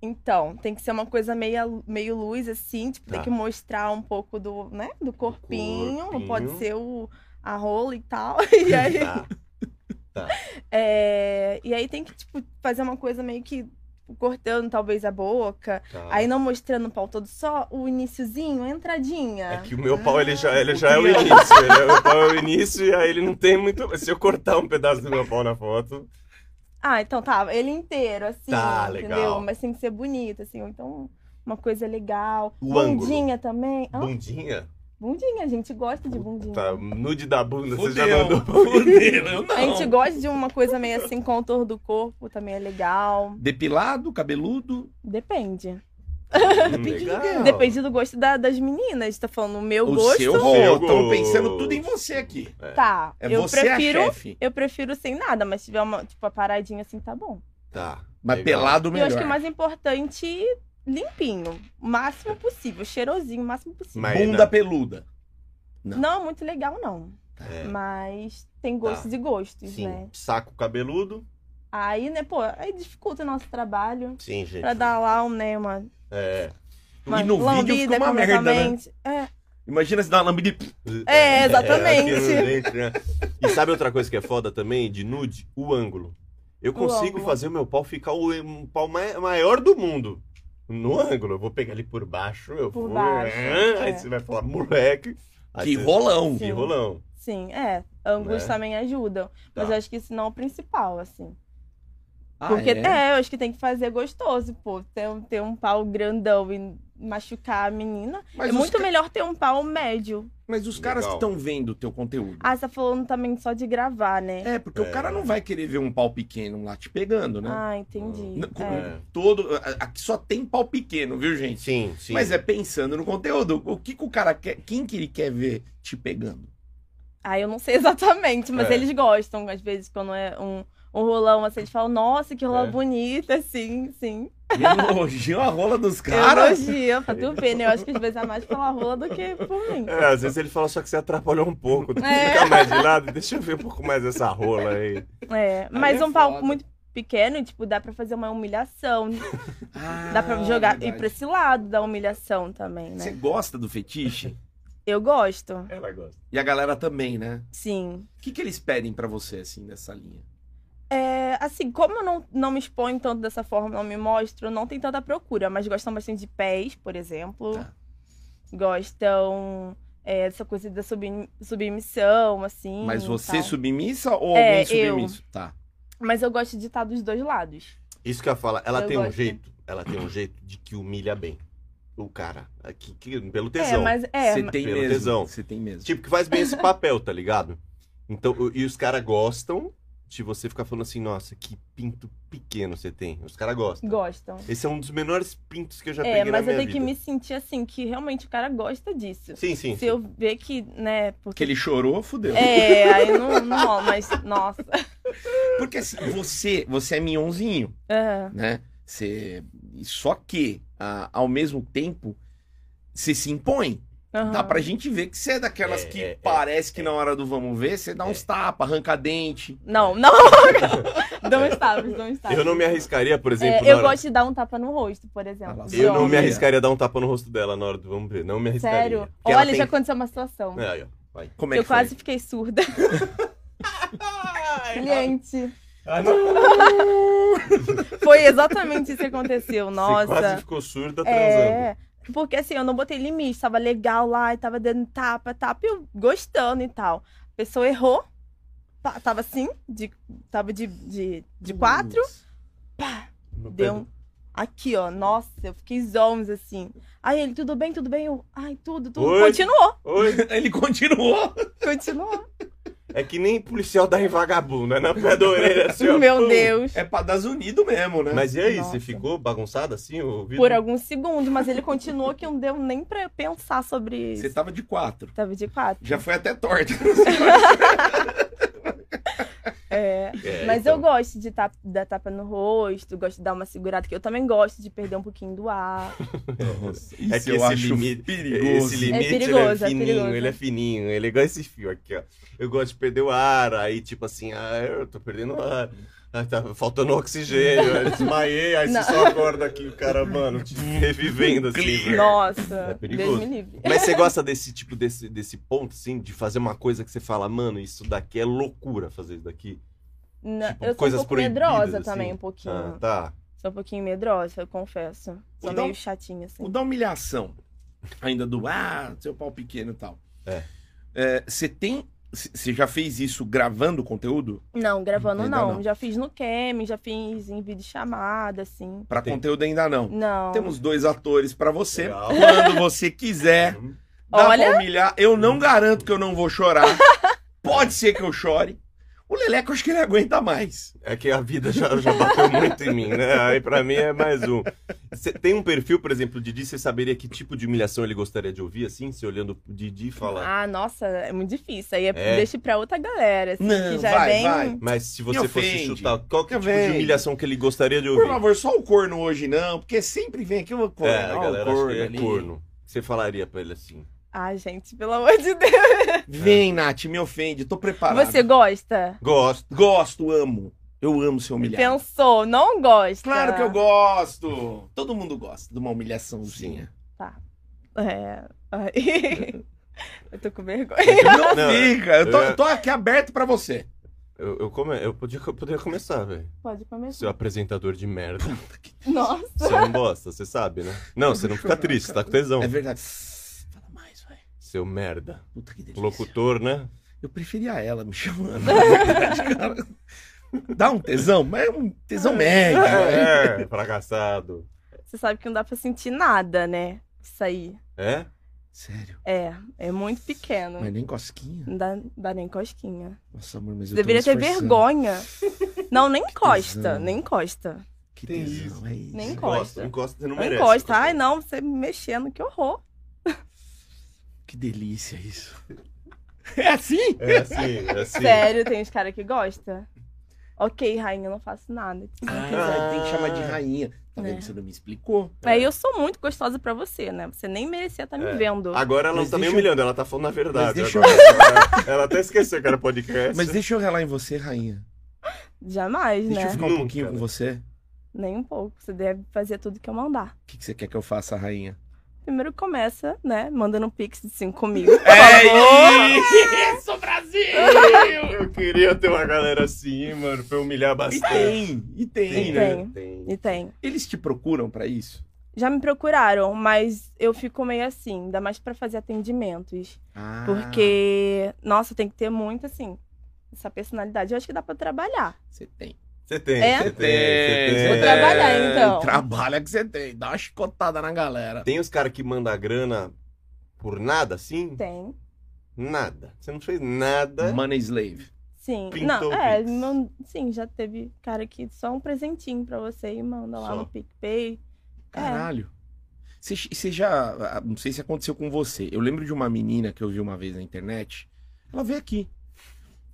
Então, tem que ser uma coisa meio, meio luz, assim, tipo, Tá. tem que mostrar um pouco do, né, do corpinho, corpinho. pode ser o, a rola e tal. E aí, Tá. é, e aí tem que, tipo, fazer uma coisa meio que tipo, cortando talvez a boca, tá. aí não mostrando o pau todo, só o iniciozinho, a entradinha. É que o meu pau ele já, ele o já é o triângulo. início. Ele é, o meu pau é o início e aí ele não tem muito. Se eu cortar um pedaço do meu pau na foto. Ah, então tá, ele inteiro, assim, Tá, entendeu? legal. Mas tem que ser bonito, assim, ou então uma coisa legal. O ângulo. bundinha também. Hã? Bundinha? Bundinha, a gente gosta de bundinha. Tá, nude da bunda, você já Fudeu, mandou. né? fudeu, eu não. A gente gosta de uma coisa meio assim, contorno do corpo também é legal. Depilado, cabeludo, Depende. Hum, Depende do quê? Não. Depende do gosto da- das meninas. Tá falando o meu o gosto. seu Seu rolo. Estão gosto. pensando tudo em você aqui. Tá. É eu você prefiro. a chefe. Eu prefiro sem nada, mas se tiver uma, tipo, a paradinha assim, tá bom. Tá. Mas legal. pelado E eu melhor. acho que o mais importante limpinho, o máximo possível, cheirosinho, o máximo possível. Mas Bunda não. peluda. não. Tá. Não é muito legal, não. É, Mas tem gostos e gostos, sim. né? Saco cabeludo. Aí, né, pô, aí dificulta o nosso trabalho. Sim, gente. Pra dar lá um, né, uma, É. uma E É no vídeo lambida fica uma merda, né? completamente. É, Imagina se dá uma lambida e... É, exatamente. aquilo dentro, né? E sabe outra coisa que é foda também de nude? O ângulo. Eu consigo ângulo. fazer o meu pau ficar o um pau mai- maior do mundo. No ângulo, eu vou pegar ele por baixo, eu vou. Por né? baixo, Aí é. você vai falar, moleque. Aí Que você- rolão. Que rolão. sim, é. Ângulos Né? também ajudam. Mas Tá. eu acho que isso não é o principal, assim. Ah, Porque é? é? eu acho que tem que fazer gostoso, pô. Ter, um- ter um pau grandão e machucar a menina. Mas é os muito ca- melhor ter um pau médio. Mas os caras que Legal. estão vendo o teu conteúdo. Ah, você tá falando também só de gravar, né? É, porque É. o cara não vai querer ver um pau pequeno lá te pegando, né? Ah, entendi. Não, com- É. Todo... a- Aqui só tem pau pequeno, viu, gente? Sim, sim. Mas é pensando no conteúdo. O que, que o cara quer. Quem que ele quer ver te pegando? Ah, eu não sei exatamente, mas É. eles gostam, às vezes, quando é um, um rolão, assim, eles falam, nossa, que rolão É. bonita, assim, sim. Elogiou a um rola dos caras. Elogio, pra tu ver, né? Eu acho que às vezes é mais pela rola do que por mim. É, às vezes ele fala só que você atrapalhou um pouco. É. Fica mais de lado, deixa eu ver um pouco mais essa rola aí. É, mas é um pau foda. muito pequeno, tipo, dá pra fazer uma humilhação, Ah, dá pra jogar, ir verdade. pra esse lado da humilhação também, Você né? gosta do fetiche? Eu gosto, Ela gosta. E a galera também, né? sim. O que, que eles pedem pra você, assim, nessa linha? É, assim, como eu não, não me exponho tanto dessa forma, não me mostro, não tem tanta procura, mas gostam bastante de pés, por exemplo. Tá. Gostam é, dessa coisa da submi- submissão, assim. Mas e você tal. submissa ou É, alguém submisso? Tá. Mas eu gosto de estar dos dois lados. Isso que eu ia falar, ela Eu tem um gosto. jeito, ela tem um jeito de que humilha bem o cara, aqui, que, pelo É, tesão. mas é, você mas- tem Pelo mesmo. tesão. Você tem mesmo. Tipo, que faz bem esse papel, tá ligado? Então, o- e os caras gostam de você ficar falando assim, nossa, que pinto pequeno você tem. Os caras gostam. gostam. Esse é um dos menores pintos que eu já É, peguei na mas eu minha tenho vida. que me sentir assim, que realmente o cara gosta disso. Sim, sim. Se sim. eu ver que, né, porque. que ele chorou, fudeu. É, aí não, não rola, mas, nossa. Porque assim, você, você é minhonzinho, É, né? Você... Só que, ah, ao mesmo tempo, você se impõe. Dá aham. Tá, pra gente ver que você é daquelas É, que é, é, parece que é. na hora do vamos ver, você dá uns É. tapas, arranca dente. Não, não. não um É. estava, não estava. Eu não me arriscaria, por É, exemplo, na eu hora- gosto de dar um tapa no rosto, por Ah, exemplo. lá, eu não me Olha. arriscaria a dar um tapa no rosto dela na hora do vamos ver. Não me arriscaria. Sério? Porque ela Olha, tem- já aconteceu uma situação. É, aí, ó. Vai. Como é eu que foi? quase fiquei surda. é Cliente. Ah, não. Foi exatamente isso que aconteceu. Nossa. Você quase ficou surda transando. É. Porque assim, eu não botei limite, tava legal lá, e tava dando tapa, tapa, e eu gostando e tal. A pessoa errou, pa- tava assim, de, tava de, de, de Hum, quatro, No pé deu do- um- aqui, ó. Nossa, eu fiquei zomos assim. Aí ele, tudo bem, tudo bem? Eu, ai, tudo, tudo. Oi. Continuou, Oi. Ele continuou. continuou. É que nem policial dá em vagabundo, é na pé da orelha assim, ó, Meu pum. Deus. É pra dar zunido mesmo, né? Mas é e aí, Nossa. você ficou bagunçado assim o vídeo? Por alguns segundos, mas ele continuou que não deu nem pra eu pensar sobre isso. Você tava de quatro. Tava de quatro. Já foi até torta. É. É, Mas então. eu gosto de tap- dar tapa no rosto, gosto de dar uma segurada, que eu também gosto de perder um pouquinho do ar. Nossa, isso É que eu esse acho limite- perigoso. Esse limite É ele perigoso, é é fininho, perigoso. ele é fininho, ele é igual esse fio aqui, ó. Eu gosto de perder o ar, aí tipo assim, ah, eu tô perdendo ar. Ah, tá faltando oxigênio, aí desmaiei, aí Não. você só acorda aqui, o cara, mano, te revivendo assim. velho. Nossa, É perigoso. Deus me livre. Mas você gosta desse tipo, desse, desse ponto, assim, de fazer uma coisa que você fala, mano, isso daqui é loucura fazer isso daqui. Na- Tipo, eu sou um coisas pouco proibidas, medrosa assim. também, um pouquinho. Ah, tá. Sou um pouquinho medrosa, eu confesso. Sou Então- meio chatinha, O assim. da humilhação, ainda do ah, seu pau pequeno e tal. É. É, Você tem. Você já fez isso gravando conteúdo? Não, gravando Ainda não. não. Já fiz no Cam, já fiz em vídeo chamada, assim. Pra Tem. conteúdo ainda não. Não. Temos dois atores pra você. Legal. Quando você quiser, dá Olha. pra humilhar. Eu não garanto que eu não vou chorar. Pode ser que eu chore. O Leleco, eu acho que ele aguenta mais. É que a vida já, já bateu muito em mim, né? Aí pra mim é mais um. Você tem um perfil, por exemplo, Didi, você saberia que tipo de humilhação ele gostaria de ouvir, assim? Se olhando pro Didi e falar. Ah, nossa, é muito difícil. Aí é, É. deixa pra outra galera, assim, Não, que já vai, é bem... vai. Mas se você Me fosse ofende. chutar, qual que é o tipo de Vem. humilhação que ele gostaria de Por ouvir? favor, só o corno hoje não, porque sempre vem aqui o corno. É, a ó, galera o acha corno que ele ali. é corno. Você falaria pra ele assim. Ah, gente, pelo amor de Deus. Vem, Nath, me ofende, tô preparado. Você gosta? Gosto. Gosto, amo. Eu amo ser humilhado. Pensou, não gosta? Claro que eu gosto. Todo mundo gosta de uma humilhaçãozinha. É. Ai. eu tô com vergonha. Não, Não, fica. Eu tô, eu- tô aqui aberto pra você. Eu, eu, come... eu, podia, eu poderia começar, velho. Pode começar. Seu apresentador de merda. Nossa. Você não bosta, você sabe, né? Não, você não fica triste, tá com tesão. É verdade. Fala mais, vai. Seu merda. Puta que delícia. Locutor, né? Eu preferia ela me chamando. na verdade, cara. Dá um tesão, mas é um tesão médio. né? É, fracassado. Você sabe que não dá pra sentir nada, né? Isso aí. É? Sério. É, é muito pequeno. Mas nem cosquinha. Não dá, dá nem cosquinha. Nossa, amor, mas eu Você tô deveria me ter esforçando. vergonha. Não, nem encosta, tesão. nem encosta. Que Tem tesão, é isso. Nem encosta. Encosta, Encosta. encosta, você não Não merece. encosta. tá Ai, não, você me mexendo, que horror. Que delícia isso. É assim? É assim, é assim. Sério, tem uns caras que gostam. Ok, rainha, eu não faço nada. Se não quiser. Ah, tem que chamar de rainha. Tá vendo É. que você não me explicou? Aí eu sou muito gostosa pra você, né? Você nem merecia estar me É. vendo. Agora ela não Mas tá nem deixa eu- humilhando, ela tá falando a verdade. Mas deixa eu- agora. Ela até esqueceu que era podcast. Mas deixa eu relar em você, rainha. Jamais, Deixa eu né? ficar um Nunca, pouquinho né? com você. Nem um pouco. Você deve fazer tudo que eu mandar. O que, que você quer que eu faça, rainha? Primeiro começa, né? Mandando um pix de 5 mil. É. É isso, Brasil! Eu queria ter uma galera assim, mano, pra eu humilhar E bastante. tem, e tem, E né? tem. Tem. E tem. Eles te procuram pra isso? Já me procuraram, mas eu fico meio assim, ainda mais pra fazer atendimentos. Ah, Porque, nossa, tem que ter muito, assim, essa personalidade. Eu acho que dá pra Ah, trabalhar. Você tem. Você tem, É? você tem, você tem. Vou trabalhar, então. Trabalha que você tem. Dá uma chicotada na galera. Tem os caras que mandam grana por nada, assim? Tem. Nada. Você não fez nada. Money slave. Sim. Pintou não, o é, Pix. não- sim, já teve cara que só um presentinho pra você e manda lá Só. no PicPay. É. Caralho. Você você já. ah, Não sei se aconteceu com você. Eu lembro de uma menina que eu vi uma vez na internet. Ela veio aqui.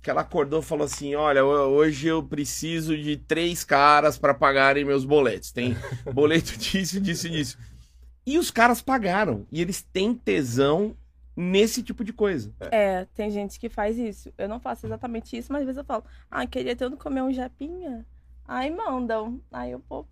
Que ela acordou e falou assim: Olha, ho- hoje eu preciso de três caras pra pagarem meus boletos. Tem boleto disso, disso e disso. E os caras pagaram. E eles têm tesão nesse tipo de coisa. É, tem gente que faz isso. Eu não faço exatamente isso, mas às vezes eu falo, ah, queria tanto comer um japinha. Aí mandam. Aí eu pô.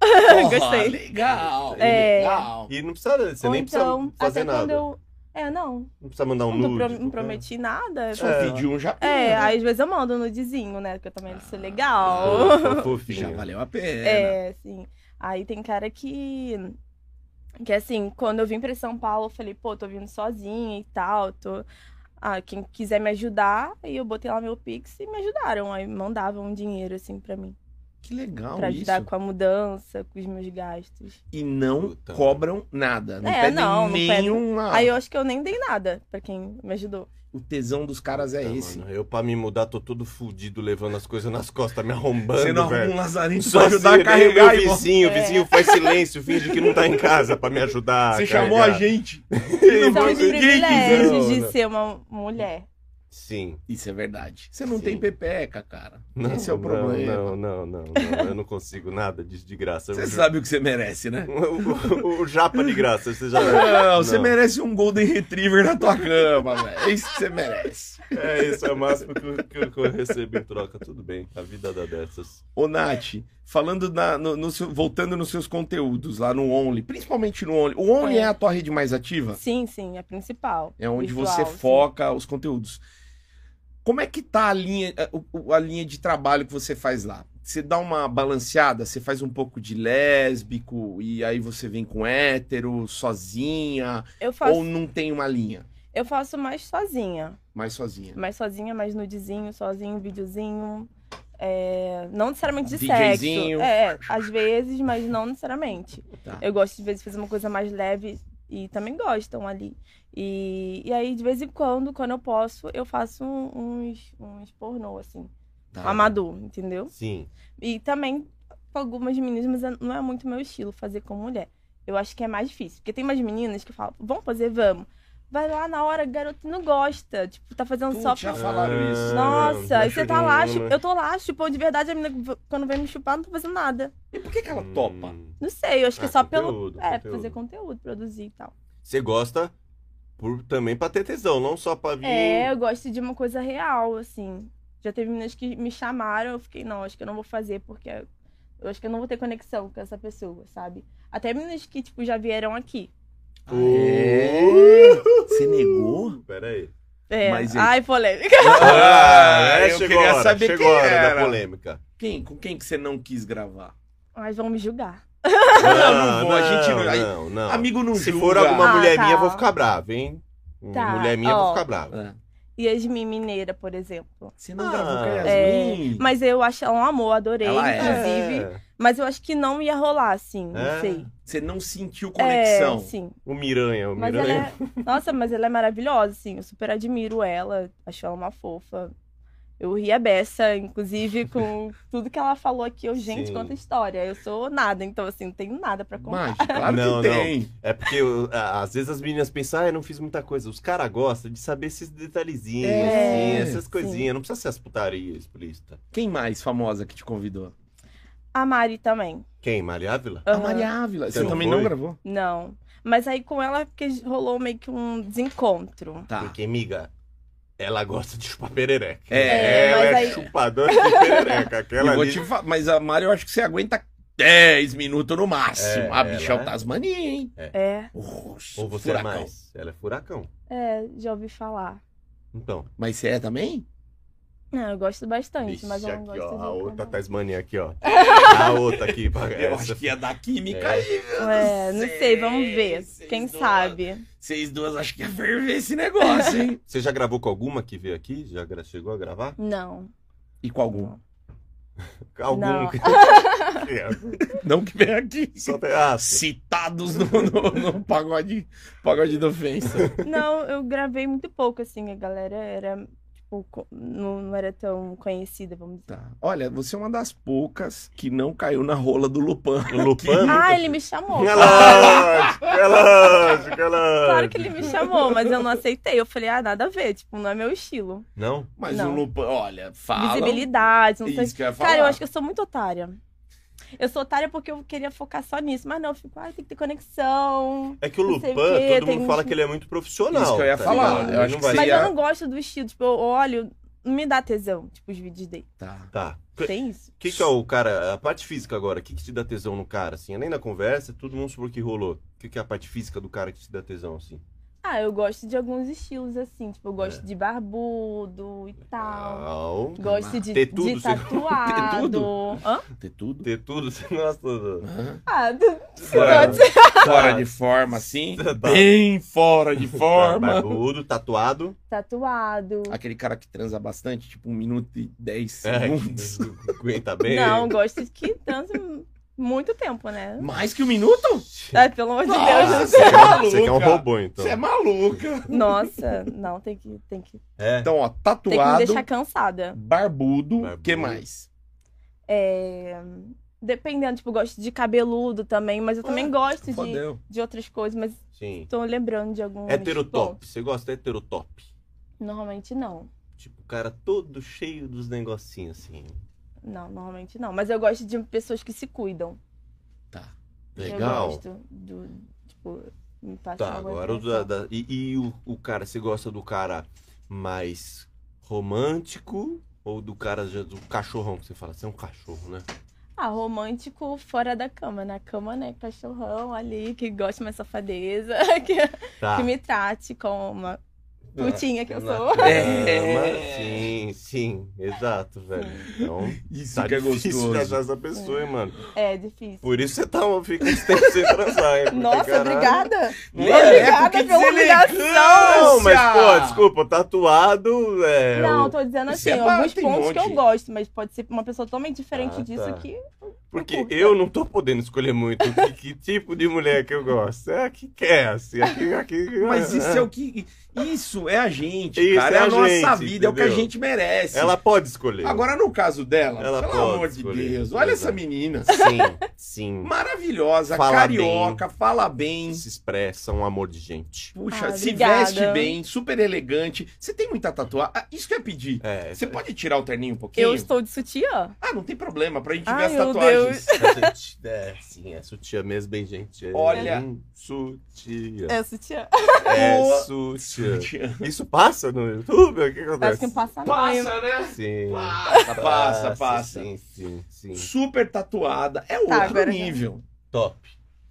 Gostei. Legal, É. legal. E não precisa, você Ou nem então, precisa fazer até quando nada. eu. É, não. Não precisa mandar um Quando eu nude. pro- qualquer- não prometi nada. eu Só falo- pediu um japinha. É, né? aí às vezes eu mando um nudezinho, né? Porque eu também sou Ah, Pô, legal. foi fofinho. Já valeu a pena. É, sim. Aí tem cara que. Que assim, quando eu vim pra São Paulo, eu falei, pô, tô vindo sozinha e tal. Tô... Ah, quem quiser me ajudar, aí eu botei lá meu Pix e me ajudaram. Aí mandavam um dinheiro, assim, pra mim. Que legal pra Ah, isso. ajudar com a mudança, com os meus gastos. E não Puta. cobram nada. Não É, pedem não, não pedem. nenhuma. Aí eu acho que eu nem dei nada pra quem me ajudou. O tesão dos caras é Puta, esse. Tá, mano, eu, pra me mudar, tô todo fudido levando as coisas nas costas, me arrombando. Você não arruma velho. um lazarinho pra Só ajudar a carregar o e vizinho, o É. vizinho faz silêncio, finge que não tá em casa pra me ajudar. Você carregar. chamou a gente. E São foi os ninguém que privilégios quis, de não, não. ser uma mulher. Sim. Isso é verdade. Você não Sim. tem pepeca, cara. Não, Esse é o não, problema. Não, não, não, não. Eu não consigo nada disso de graça. Você Eu- sabe o que você merece, né? O, o- o japa de graça, você já. Não, você Não. merece um Golden Retriever na tua cama, velho. É isso que você merece. É isso, é o máximo que eu, que eu- que eu recebo em troca. Tudo bem, a vida dá dessas. Ô, Nath, falando na, no, no seu- voltando nos seus conteúdos lá no Only, principalmente no Only. O Only É. é a tua rede mais ativa? Sim, sim, é a principal. É onde Visual, você sim. foca os conteúdos. Como é que tá a linha, a- o- a linha de trabalho que você faz lá? Você dá uma balanceada, você faz um pouco de lésbico e aí você vem com hétero, sozinha, Eu faço, ou não tem uma linha, eu faço mais sozinha. mais sozinha. Mais sozinha, mais nudezinho, sozinho, videozinho. É, Não necessariamente de DJzinho. sexo. É, às vezes, mas não necessariamente. Tá. Eu gosto, de vez, de fazer uma coisa mais leve e também gostam ali. E, e aí, de vez em quando, quando eu posso, eu faço um- uns, uns pornô, assim. Tá. um amador, entendeu? Sim. E também, com algumas meninas, mas é- não é muito meu estilo fazer com mulher. Eu acho que é mais difícil. Porque tem umas meninas que falam, vamos fazer, vamos. Vai lá na hora, garoto não gosta. Tipo, tá fazendo Putz, só já pra. falaram isso. Nossa, Ah, aí você tá lá, churinho, chup- né? eu tô lá, chupando de verdade, a menina v- quando vem me chupar, não tá fazendo nada. E por que, que ela topa? Hum. Não sei, eu acho que Ah, é só conteúdo, pelo. É, conteúdo. fazer conteúdo, produzir e tal. Você gosta por, também pra ter tesão, não só pra vir. É, eu gosto de uma coisa real, assim. Já teve meninas que me chamaram, eu fiquei, não, acho que eu não vou fazer, porque eu acho que eu não vou ter conexão com essa pessoa, sabe? Até meninas que, tipo, já vieram aqui. Uh! Ah, é? Você negou? Pera aí. É, Mas e- ai, polêmica. Ah, Ah, é, eu chegou queria a hora, saber chegou quem a hora era. da polêmica. Quem, com quem que você não quis gravar? Mas vão me julgar. Não, não vou, a gente não- aí- Não, não. Amigo não Se julga. for alguma Ah, mulher minha, tá. eu vou ficar bravo, hein? Tá, Mulher minha, eu vou ó. ficar bravo. É. Yasmin Mineira, por exemplo. Você não Ah, gravou com a é, Yasmin? Mas eu acho ela um amor, adorei, Ela é. inclusive. É, Mas eu acho que não ia rolar, assim, É. não sei. Você não sentiu É, conexão? sim. O Miranha, o Mas ela Miranha. é... Nossa, mas ela é maravilhosa, assim. Eu super admiro ela. Acho ela uma fofa. Eu ri a beça, inclusive, com tudo que ela falou aqui. Eu, gente, Sim. conta história. Eu sou nada, então, assim, não tenho nada pra contar. Mas, claro Não, não. que tem. É porque eu- a- às vezes as meninas pensam, ah, eu não fiz muita coisa. Os caras gostam de saber esses detalhezinhos, É, assim, essas coisinhas. Não precisa ser as putarias explícitas. Quem mais famosa que te convidou? A Mari também. Quem? Maria Ávila? A Aham. Maria Ávila. Você Você não também foi? não gravou? Não. Mas aí com ela, porque rolou meio que um desencontro. Tá. Porque, miga, ela gosta de chupar perereca. É, ela mas é aí- chupadora de perereca. E Aquela vou ali... te fa- Mas a Mari, eu acho que você aguenta 10 minutos no máximo. É, a bicha é ela o é. Tasmania, hein? É, Oxe, Ou você furacão. é mais? Ela é furacão. é, já ouvi falar. Então, Mas você é também? Não, eu gosto bastante, Vixe, mas eu não aqui, gosto ó, de... a outra acabar. Tasmania aqui, ó. A outra aqui. pra- Eu essa- acho que ia dar química É. aí. eu É, não sei, vamos ver. Vocês Quem duas- sabe? Vocês duas acho que ia ferver esse negócio, hein? Você já gravou com alguma que veio aqui? Já gra- chegou a gravar? Não. e com algum? Algum Não. que... É, Não que vem aqui. Só tem... Ah, Citados no, no, no pagode, pagode da ofensa. Não, eu gravei muito pouco, assim, a galera era, tipo, co- não, não era tão conhecida, vamos dizer. Tá. Olha, você é uma das poucas que não caiu na rola do Lupan. Lupan? Ah, assim, ele me chamou. É lógico, é lógico, é lógico. Claro que ele me chamou, mas eu não aceitei. Eu falei, ah, nada a ver, tipo, não é meu estilo. Não? Mas Não. o Lupan, olha, fala. Visibilidade, não sei. Isso que eu ia falar. Cara, eu acho que eu sou muito otária. Eu sou otária porque eu queria focar só nisso, mas não, eu fico, ah, tem que ter conexão. É que o Não sei Lupan, o quê, todo mundo tem- fala que ele é muito profissional. Isso que eu ia tá falar, ligado? eu Ele acho não que vai sim. é. Mas Seria- eu não gosto do estilo, tipo, eu olho, não me dá tesão, tipo, os vídeos dele. Tá. Tá. O Tem isso? que, que é o cara, a parte física agora, o que, que te dá tesão no cara, assim? Além da conversa, todo mundo supor que rolou. O que, que é a parte física do cara que te dá tesão, assim? Ah, eu gosto de alguns estilos, assim, tipo, eu É. gosto de barbudo e tal. Ah, Legal. Gosto de, Ter tudo, de você- tatuado. Ter tudo? Hã? Ter tudo. Ter tudo, você gosta do... Hã? Ah, do- Fora, Tá. fora de forma, assim. Tá. Bem fora de forma. Barbudo, tatuado. tatuado. Aquele cara que transa bastante, tipo um minuto e dez É, segundos. que- aguenta bem. Não, gosto de que transa muito tempo, né? Mais que um minuto? Ah, pelo amor de Nossa, Deus. Você quer, um- Maluca. você quer um robô, então. Você é maluca. Nossa, não, tem que, tem que, É. Então, ó, tem que me tatuado, deixar cansada. barbudo, Barbudo. que mais? É, Dependendo, tipo, gosto de cabeludo também, mas eu também Ah, gosto de, Fodeu. de outras coisas, mas Sim. tô lembrando de alguns. Heterotop. Você gosta de heterotop? Bom, Normalmente não. Tipo, o cara todo cheio dos negocinhos, assim. Não, normalmente não. Mas eu gosto de pessoas que se cuidam. Eu Legal. gosto do, tipo, me passa Tá, uma agora o da. atração. da- E, e o, o cara, você gosta do cara mais romântico ou do cara já- do cachorrão que você fala? Você é um cachorro, né? Ah, romântico fora da cama. Na cama, né? Cachorrão ali, que gosta de uma safadeza, que, Tá. que me trate com uma putinha que eu Na sou. cama, É. Sim, sim, exato, velho. Então, Isso tá que é difícil gostoso. de achar essa pessoa, hein, mano. É difícil. Por isso você tá, fica uns tempos sem transar, hein? Porque, Nossa, caralho- obrigada! Não Obrigada é, porque pela deselegância! Não, mas, pô, desculpa, tatuado, é. Não, o- tô dizendo Isso assim, é barato, alguns tem pontos um que eu monte. gosto, mas pode ser uma pessoa totalmente diferente Ah, disso tá. que Porque curta. eu não tô podendo escolher muito que, que tipo de mulher que eu gosto. É a que quer, assim. A que, a que- Mas isso é o que. Isso é a gente, Isso cara. É é a, a nossa gente, vida, é o que a entendeu? gente merece. Ela pode escolher. Agora, no caso dela, Ela pelo pode amor de escolher. Deus, olha Exato. essa menina. Sim, sim. Maravilhosa, Fala carioca, fala bem. Se expressa um amor de gente. Puxa, Ah, se obrigada. veste bem, super elegante. Você tem muita tatuagem? Ah, isso que eu ia pedir. É. Você pode tirar o terninho um pouquinho? Eu estou de sutiã. Ah, não tem problema, pra gente ver Ai, as meu tatuagens. É, gente, é, sim, é sutiã mesmo, bem, gente. É Olha. um Sutiã. É sutiã. É Boa. sutiã. Sutiã. Isso passa no YouTube? O que Parece acontece? que não passa nada. Passa, né? Sim. Passa, passa, passa. Ah, Sim, sim, sim. Super tatuada. É outro Tá, agora já. tá nível. Top.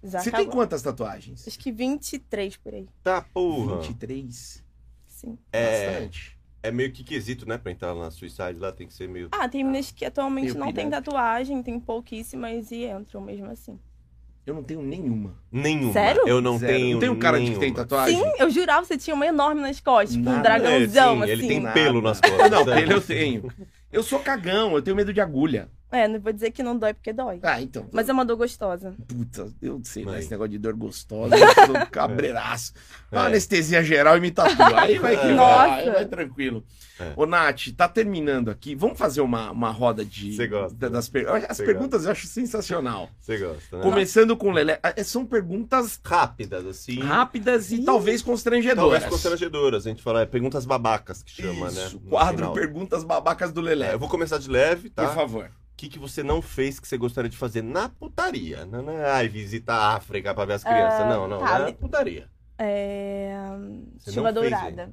Já Você tem acabou. quantas tatuagens? Acho que 23 por aí. Tá, porra. 23. Sim. É, Bastante. é meio que quesito, né? Pra entrar na Suicide lá, tem que ser meio. Ah, tem meninas que atualmente Eu não têm cuidado. tatuagem, tem pouquíssimas e entram mesmo assim. Eu não tenho nenhuma. Nenhuma. Sério? Eu não Zero. tenho. Não tem um cara de que nenhuma. tem tatuagem? Sim, eu jurava que você tinha uma enorme nas costas, tipo Nada. um dragãozão, É, sim, ele assim. tem- Nada. pelo nas costas, Não, né? pelo eu tenho. Eu sou cagão, eu tenho medo de agulha. É, não vou dizer que não dói porque Tá. dói. Ah, então. Mas é uma dor gostosa. Puta, eu sei, Mãe. mas esse negócio de dor gostosa, eu sou cabreiraço. Dá uma É. anestesia geral e me tatua. Aí vai que Nossa. vai, aí vai tranquilo. É. Ô, Nath, tá terminando aqui. Vamos fazer uma, uma roda de. Você gosta, da- né? das per- Olha, As Você perguntas eu acho sensacional. Você gosta, né? Começando com o Lelé. Ah, São perguntas Rápidas, assim. rápidas e Ih. talvez constrangedoras. Talvez constrangedoras. A gente fala, é perguntas babacas que chama, né? Isso, no quadro final. Perguntas Babacas do Lelé. É, eu vou começar de leve, tá? Por favor. O que, que você não fez que você gostaria de fazer na putaria? Não, não é, ai, visitar a África pra ver as crianças. Ah, não, não. tá. É putaria. É. Você Chuva não fez dourada.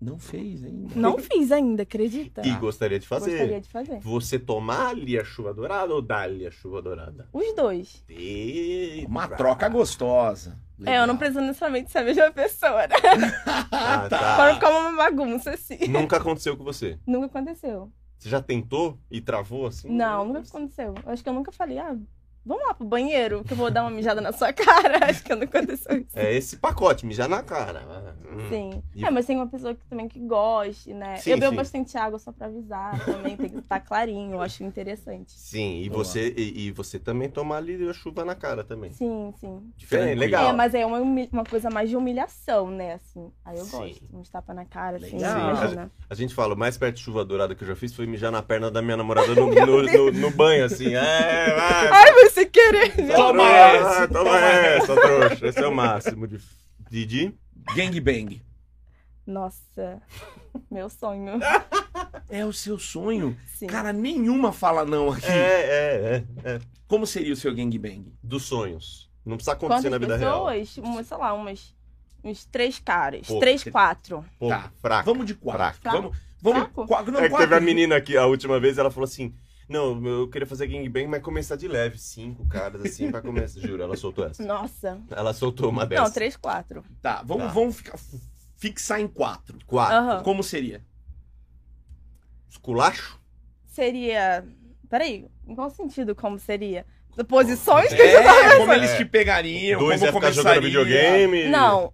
Não fez ainda. Não fiz ainda, acredita? E gostaria de fazer. Tá. Gostaria de fazer. Você tomar ali a chuva dourada ou dar-lhe a chuva dourada? Os dois. Eita. Uma troca gostosa. É, eu não preciso necessariamente ser a mesma pessoa, né? Ah, tá. Para ficar uma bagunça, assim. Nunca aconteceu com você. Nunca aconteceu. Você já tentou e travou assim? Não, nunca aconteceu. Eu Acho que eu nunca falei, ah, vamos lá pro banheiro, que eu vou dar uma mijada na sua cara. Acho que não aconteceu isso. É esse pacote, mijar na cara. Hum. Sim. E- É, mas tem uma pessoa que também que goste, né? Sim, eu bebo sim. bastante água só pra avisar também, tem que estar clarinho, eu acho interessante. Sim, e Boa. você, e, e você também tomar ali a chuva na cara também. Sim, sim. Diferente, Tranquilo. legal. É, mas é uma, humil- uma coisa mais de humilhação, né? Assim, aí eu Sim. gosto. Uns tapa na cara, assim, Legal. imagina. A gente fala, o mais perto de chuva dourada que eu já fiz foi mijar na perna da minha namorada no, no, no- no banho, assim. É, vai. Ai, você querer! Toma Ah, essa, Toma essa, trouxa. Esse é o máximo de. Didi? Gangbang. Nossa, meu sonho. É o seu sonho. Sim. Cara, nenhuma fala não aqui. É, é, é, é. Como seria o seu gangbang? Dos sonhos. Não precisa acontecer Quantas na vida real. pessoas? Uma, sei lá, umas. Uns três caras. Pô, três, tre- quatro. Pô, Tá. fraca. Vamos de quatro. Fraco. Vamos, vamos Fraco? quatro. Não, é que quatro. teve a menina aqui a última vez, ela falou assim: Não, eu queria fazer gangbang, mas começar de leve. Cinco caras assim pra começar. Juro, ela soltou essa. Nossa. Ela soltou uma dessa. Não, três, quatro. Tá, vamos, Tá. vamos ficar- fixar em quatro. Quatro. Aham. Como seria? Esculacho? Seria. Peraí, em qual sentido como seria? Posições que a gente É, como eles te pegariam, Dois como ia ficar jogando começaria. videogame. Não.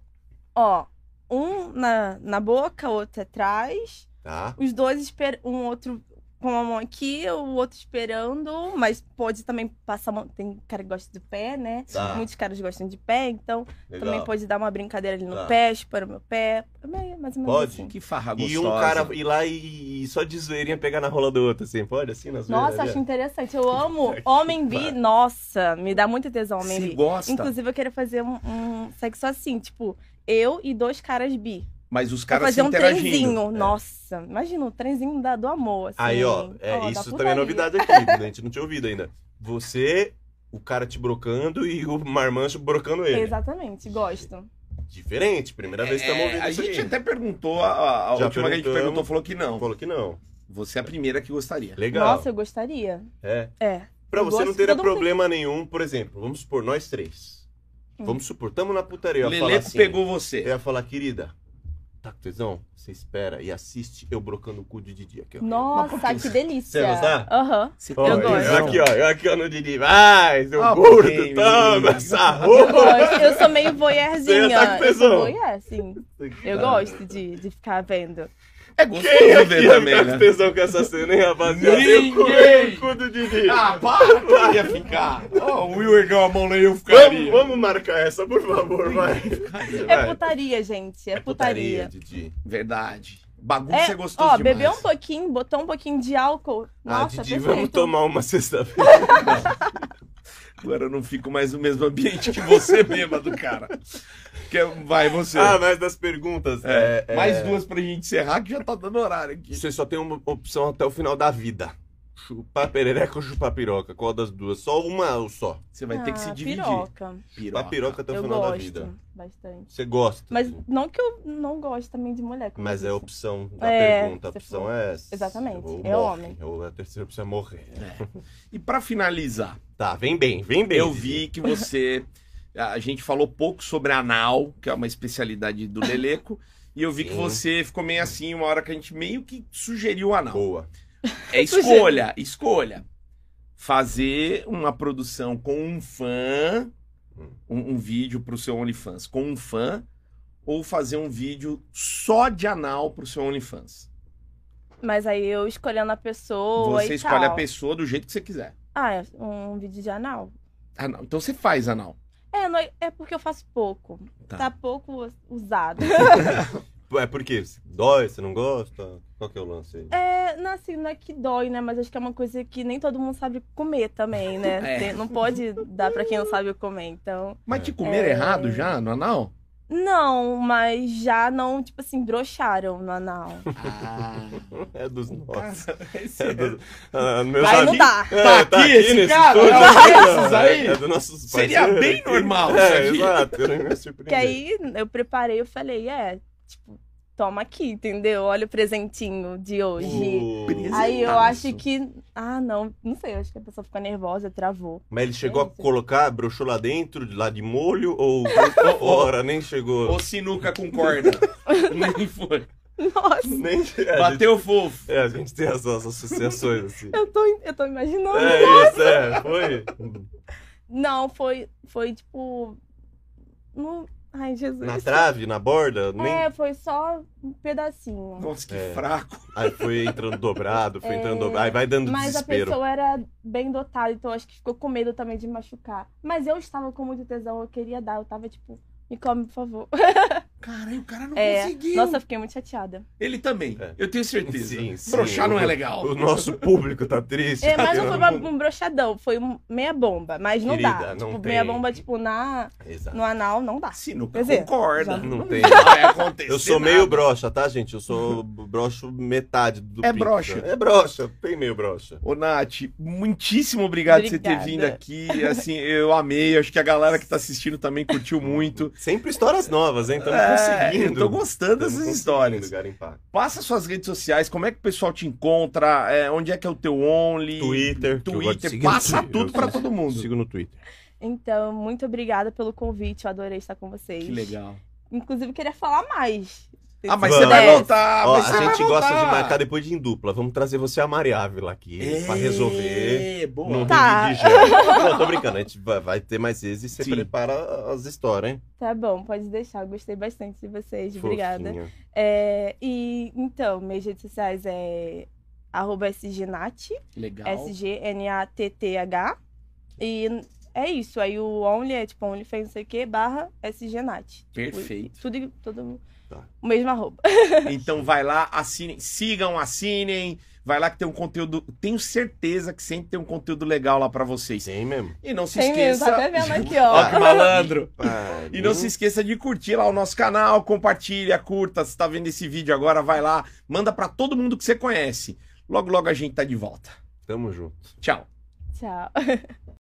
Ó, um na, na boca, outro atrás. Tá. Os dois esper um outro com a mão aqui, o outro esperando, mas pode também passar a mão. Tem cara que gosta do pé, né? Tá. Muitos caras gostam de pé, então Legal. também pode dar uma brincadeira ali no Tá. pé, espera o meu pé. É mais ou menos Pode? assim. Que farra gostosa. E um cara ir lá e e só de zoeirinha pegar na rola do outro, assim, pode? Assim, nas Nossa, acho interessante. Eu amo que homem pariu. bi. Nossa, me dá muito tesão homem Se bi. Tá. gosta, Inclusive, eu queria fazer um, um sexo assim, tipo, eu e dois caras bi. mas os Pra caras se fazer um interagindo. trenzinho. Nossa, imagina, um trenzinho da, do amor. assim. é. Aí, ó, é, da isso também é putaria. novidade aqui, né? a gente não tinha ouvido ainda. Você, o cara te brocando e o marmanjo brocando ele. Exatamente, gosto. Diferente, primeira vez que estamos É, ouvindo a tá isso gente um aí. até perguntou, a, a- a Já última que a gente perguntamos. perguntou falou que não. Falou que não. Você é a primeira que gostaria. Legal. Nossa, eu gostaria. É. É. Pra eu você não gosto ter que todo mundo problema nenhum, por exemplo, vamos supor, nós três. Hum. Vamos supor, tamo na putaria. Eu ia falar Leleco assim, pegou Eu você. ia falar, querida, tá com tesão? Você espera e assiste eu brocando o cu de Didi aqui, ó. Mas Nossa, por que que delícia. Você gostar? Aham. Você Ó, Eu isso gosto. Aqui, ó. Eu aqui, ó, no Didi. Vai, seu Ah, gordo, ok, toma menino. essa Eu roupa. gosto. Eu sou meio voyeurzinha. Você tá com eu sou tesão. voyeur, sim. Eu gosto de, de ficar vendo. É gostoso Quem aqui ver também, também, né? tesão com essa cena, hein, rapaziada? Ninguém! Eu cu do Didi. Ah, para que ia ficar. Ó, o Will ergueu a mão lá e eu vamos, ficaria. vamos marcar essa, por favor, vai. É putaria, gente. É, putaria. Didi. Verdade. Bagunça é, É, gostoso ó, demais. bebeu um pouquinho, botou um pouquinho de álcool. Ah, Nossa, Didi, perfeito. vamos tomar uma sexta-feira. Agora eu não fico mais no mesmo ambiente que você mesma do cara. Que é- vai, você. ah, mas das perguntas. É, é, é, Mais duas pra gente encerrar que já tá dando horário aqui. Você só tem uma opção até o final da vida. Chupar perereca ou chupar piroca? Qual das duas? Só uma ou só? Você vai ter que Ah, se dividir. Piroca. Chupar piroca até o Eu final gosto da vida. bastante. Você gosta. Mas Didi. não que eu não goste também de mulher. como Mas eu é a disse. opção da É, pergunta. A você opção falou. é essa. Exatamente, Ou é morre, homem. Ou a terceira opção é morrer. E pra finalizar, Tá, vem bem, vem bem. eu Didi. vi que você. A gente falou pouco sobre anal, que é uma especialidade do Leleco. E eu vi que Sim. você ficou meio assim, uma hora que a gente meio que sugeriu o anal. Boa. É escolha, escolha. Fazer uma produção com um fã, um, um vídeo pro seu OnlyFans com um fã, ou fazer um vídeo só de anal pro seu OnlyFans. Mas aí eu escolhendo a pessoa você e escolhe tal. a pessoa do jeito que você quiser. Ah, é um vídeo de anal. Anal. Então você faz anal. É, não- é porque eu faço pouco. Tá. Tá, pouco usado. É porque dói, você não gosta? Qual que é o lance aí? é, não, assim, não é que dói, né? Mas acho que é uma coisa que nem todo mundo sabe comer também, né? É. Tem- não pode dar pra quem não sabe comer, então. Mas te comer É. errado já no anal? Não, mas já não, tipo assim, broxaram no anal. Ah. É dos nossos. Cara, esse É é- dos... Ah, meus Aí não amigos- dá. É, Tá aqui esse cara? estúdio É aqui, um desses ó. aí? É, é do nosso Seria parceiro bem aqui. normal É, isso aqui. exato. Eu não ia surpreender. Que aí eu preparei, eu falei, é, tipo, toma aqui, entendeu? Olha o presentinho de hoje. O- Presente. Aí eu Presentaço. acho que. Ah, não, não sei, eu acho que a pessoa ficou nervosa, travou. Mas ele chegou a Gente. colocar, broxou lá dentro, lá de molho, ou Ô, ô, fora, nem chegou. Ou sinuca com corda. Nem foi. Nossa, Nem é, a gente- Bateu fofo. É, a gente tem as nossas associações, assim. eu tô, eu tô imaginando. É isso, é, foi. Não, foi, foi tipo. Não... Ai, Jesus. Na trave, na borda, nem. É, foi só um pedacinho. Nossa, que É. fraco. Aí foi entrando dobrado, foi É. entrando dobrado. Aí vai dando Mas a desespero. pessoa era bem dotada, então acho que ficou com medo também de machucar. Mas eu estava com muito tesão, eu queria dar, eu tava tipo, me come, por favor. Caralho, o cara não É, conseguiu. Nossa, eu fiquei muito chateada. Ele também, É. eu tenho certeza. Sim, sim. Broxar não é Eu- legal. O nosso público tá triste. É, mas tá não foi uma- tendo- um broxadão, foi um meia bomba, mas não Querida, dá. não tipo, tem. meia bomba, tipo, na, Exato. no anal não dá. Sinuca Quer dizer, Assim, concorda. já- Não tem. vai acontecer Eu sou meio nada. broxa, tá, gente? Eu sou broxo metade do É pinto. broxa. É broxa, tem meio broxa. Ô, Nath, muitíssimo obrigado por você ter Obrigada. vindo aqui. Assim, eu amei. Acho que a galera que tá assistindo também curtiu muito. Sempre histórias novas, hein? Estamos É, conseguindo. eu tô gostando Tamo dessas conseguindo histórias. garimpar. Passa suas redes sociais, como é que o pessoal te encontra? É, onde é que é o teu only? Twitter, que eu gosto de Twitter. seguir no Passa Twitter. tudo pra todo Eu mundo. sigo no Twitter. Então, muito obrigada pelo convite, eu adorei estar com vocês. Que legal. Inclusive, queria falar mais. Ah, mas Vamos. você É. vai voltar. Ó, mas você a gente vai gosta de voltar. marcar depois de em dupla. Vamos trazer você a Mari Ávila aqui pra É, resolver. Boa. No Tá. Rio de Janeiro. Não, tô brincando. A gente vai, vai ter mais vezes e você Sim. prepara as histórias, hein? Tá bom, pode deixar, eu gostei bastante de vocês, obrigada. Fofinha. É, e então, minhas redes sociais é arroba sgnat, Legal. S-G-N-A-T-T-H. E é isso. Aí o Only é tipo OnlyFans, não sei o quê, barra SGNAT. Perfeito. Tudo, todo Tá. o mesmo arroba. Então vai lá, assinem, sigam, assinem. Vai lá que tem um conteúdo. Tenho certeza que sempre tem um conteúdo legal lá pra vocês. Sim mesmo. E não se Tem mesmo, esqueça. Ah. tá até vendo aqui, Ó, que ó. malandro. E Pari. não se esqueça de curtir lá o nosso canal, compartilha, curta. Se tá vendo esse vídeo agora, vai lá, manda pra todo mundo que você conhece. Logo, logo a gente tá de volta. Tamo junto. Tchau. Tchau.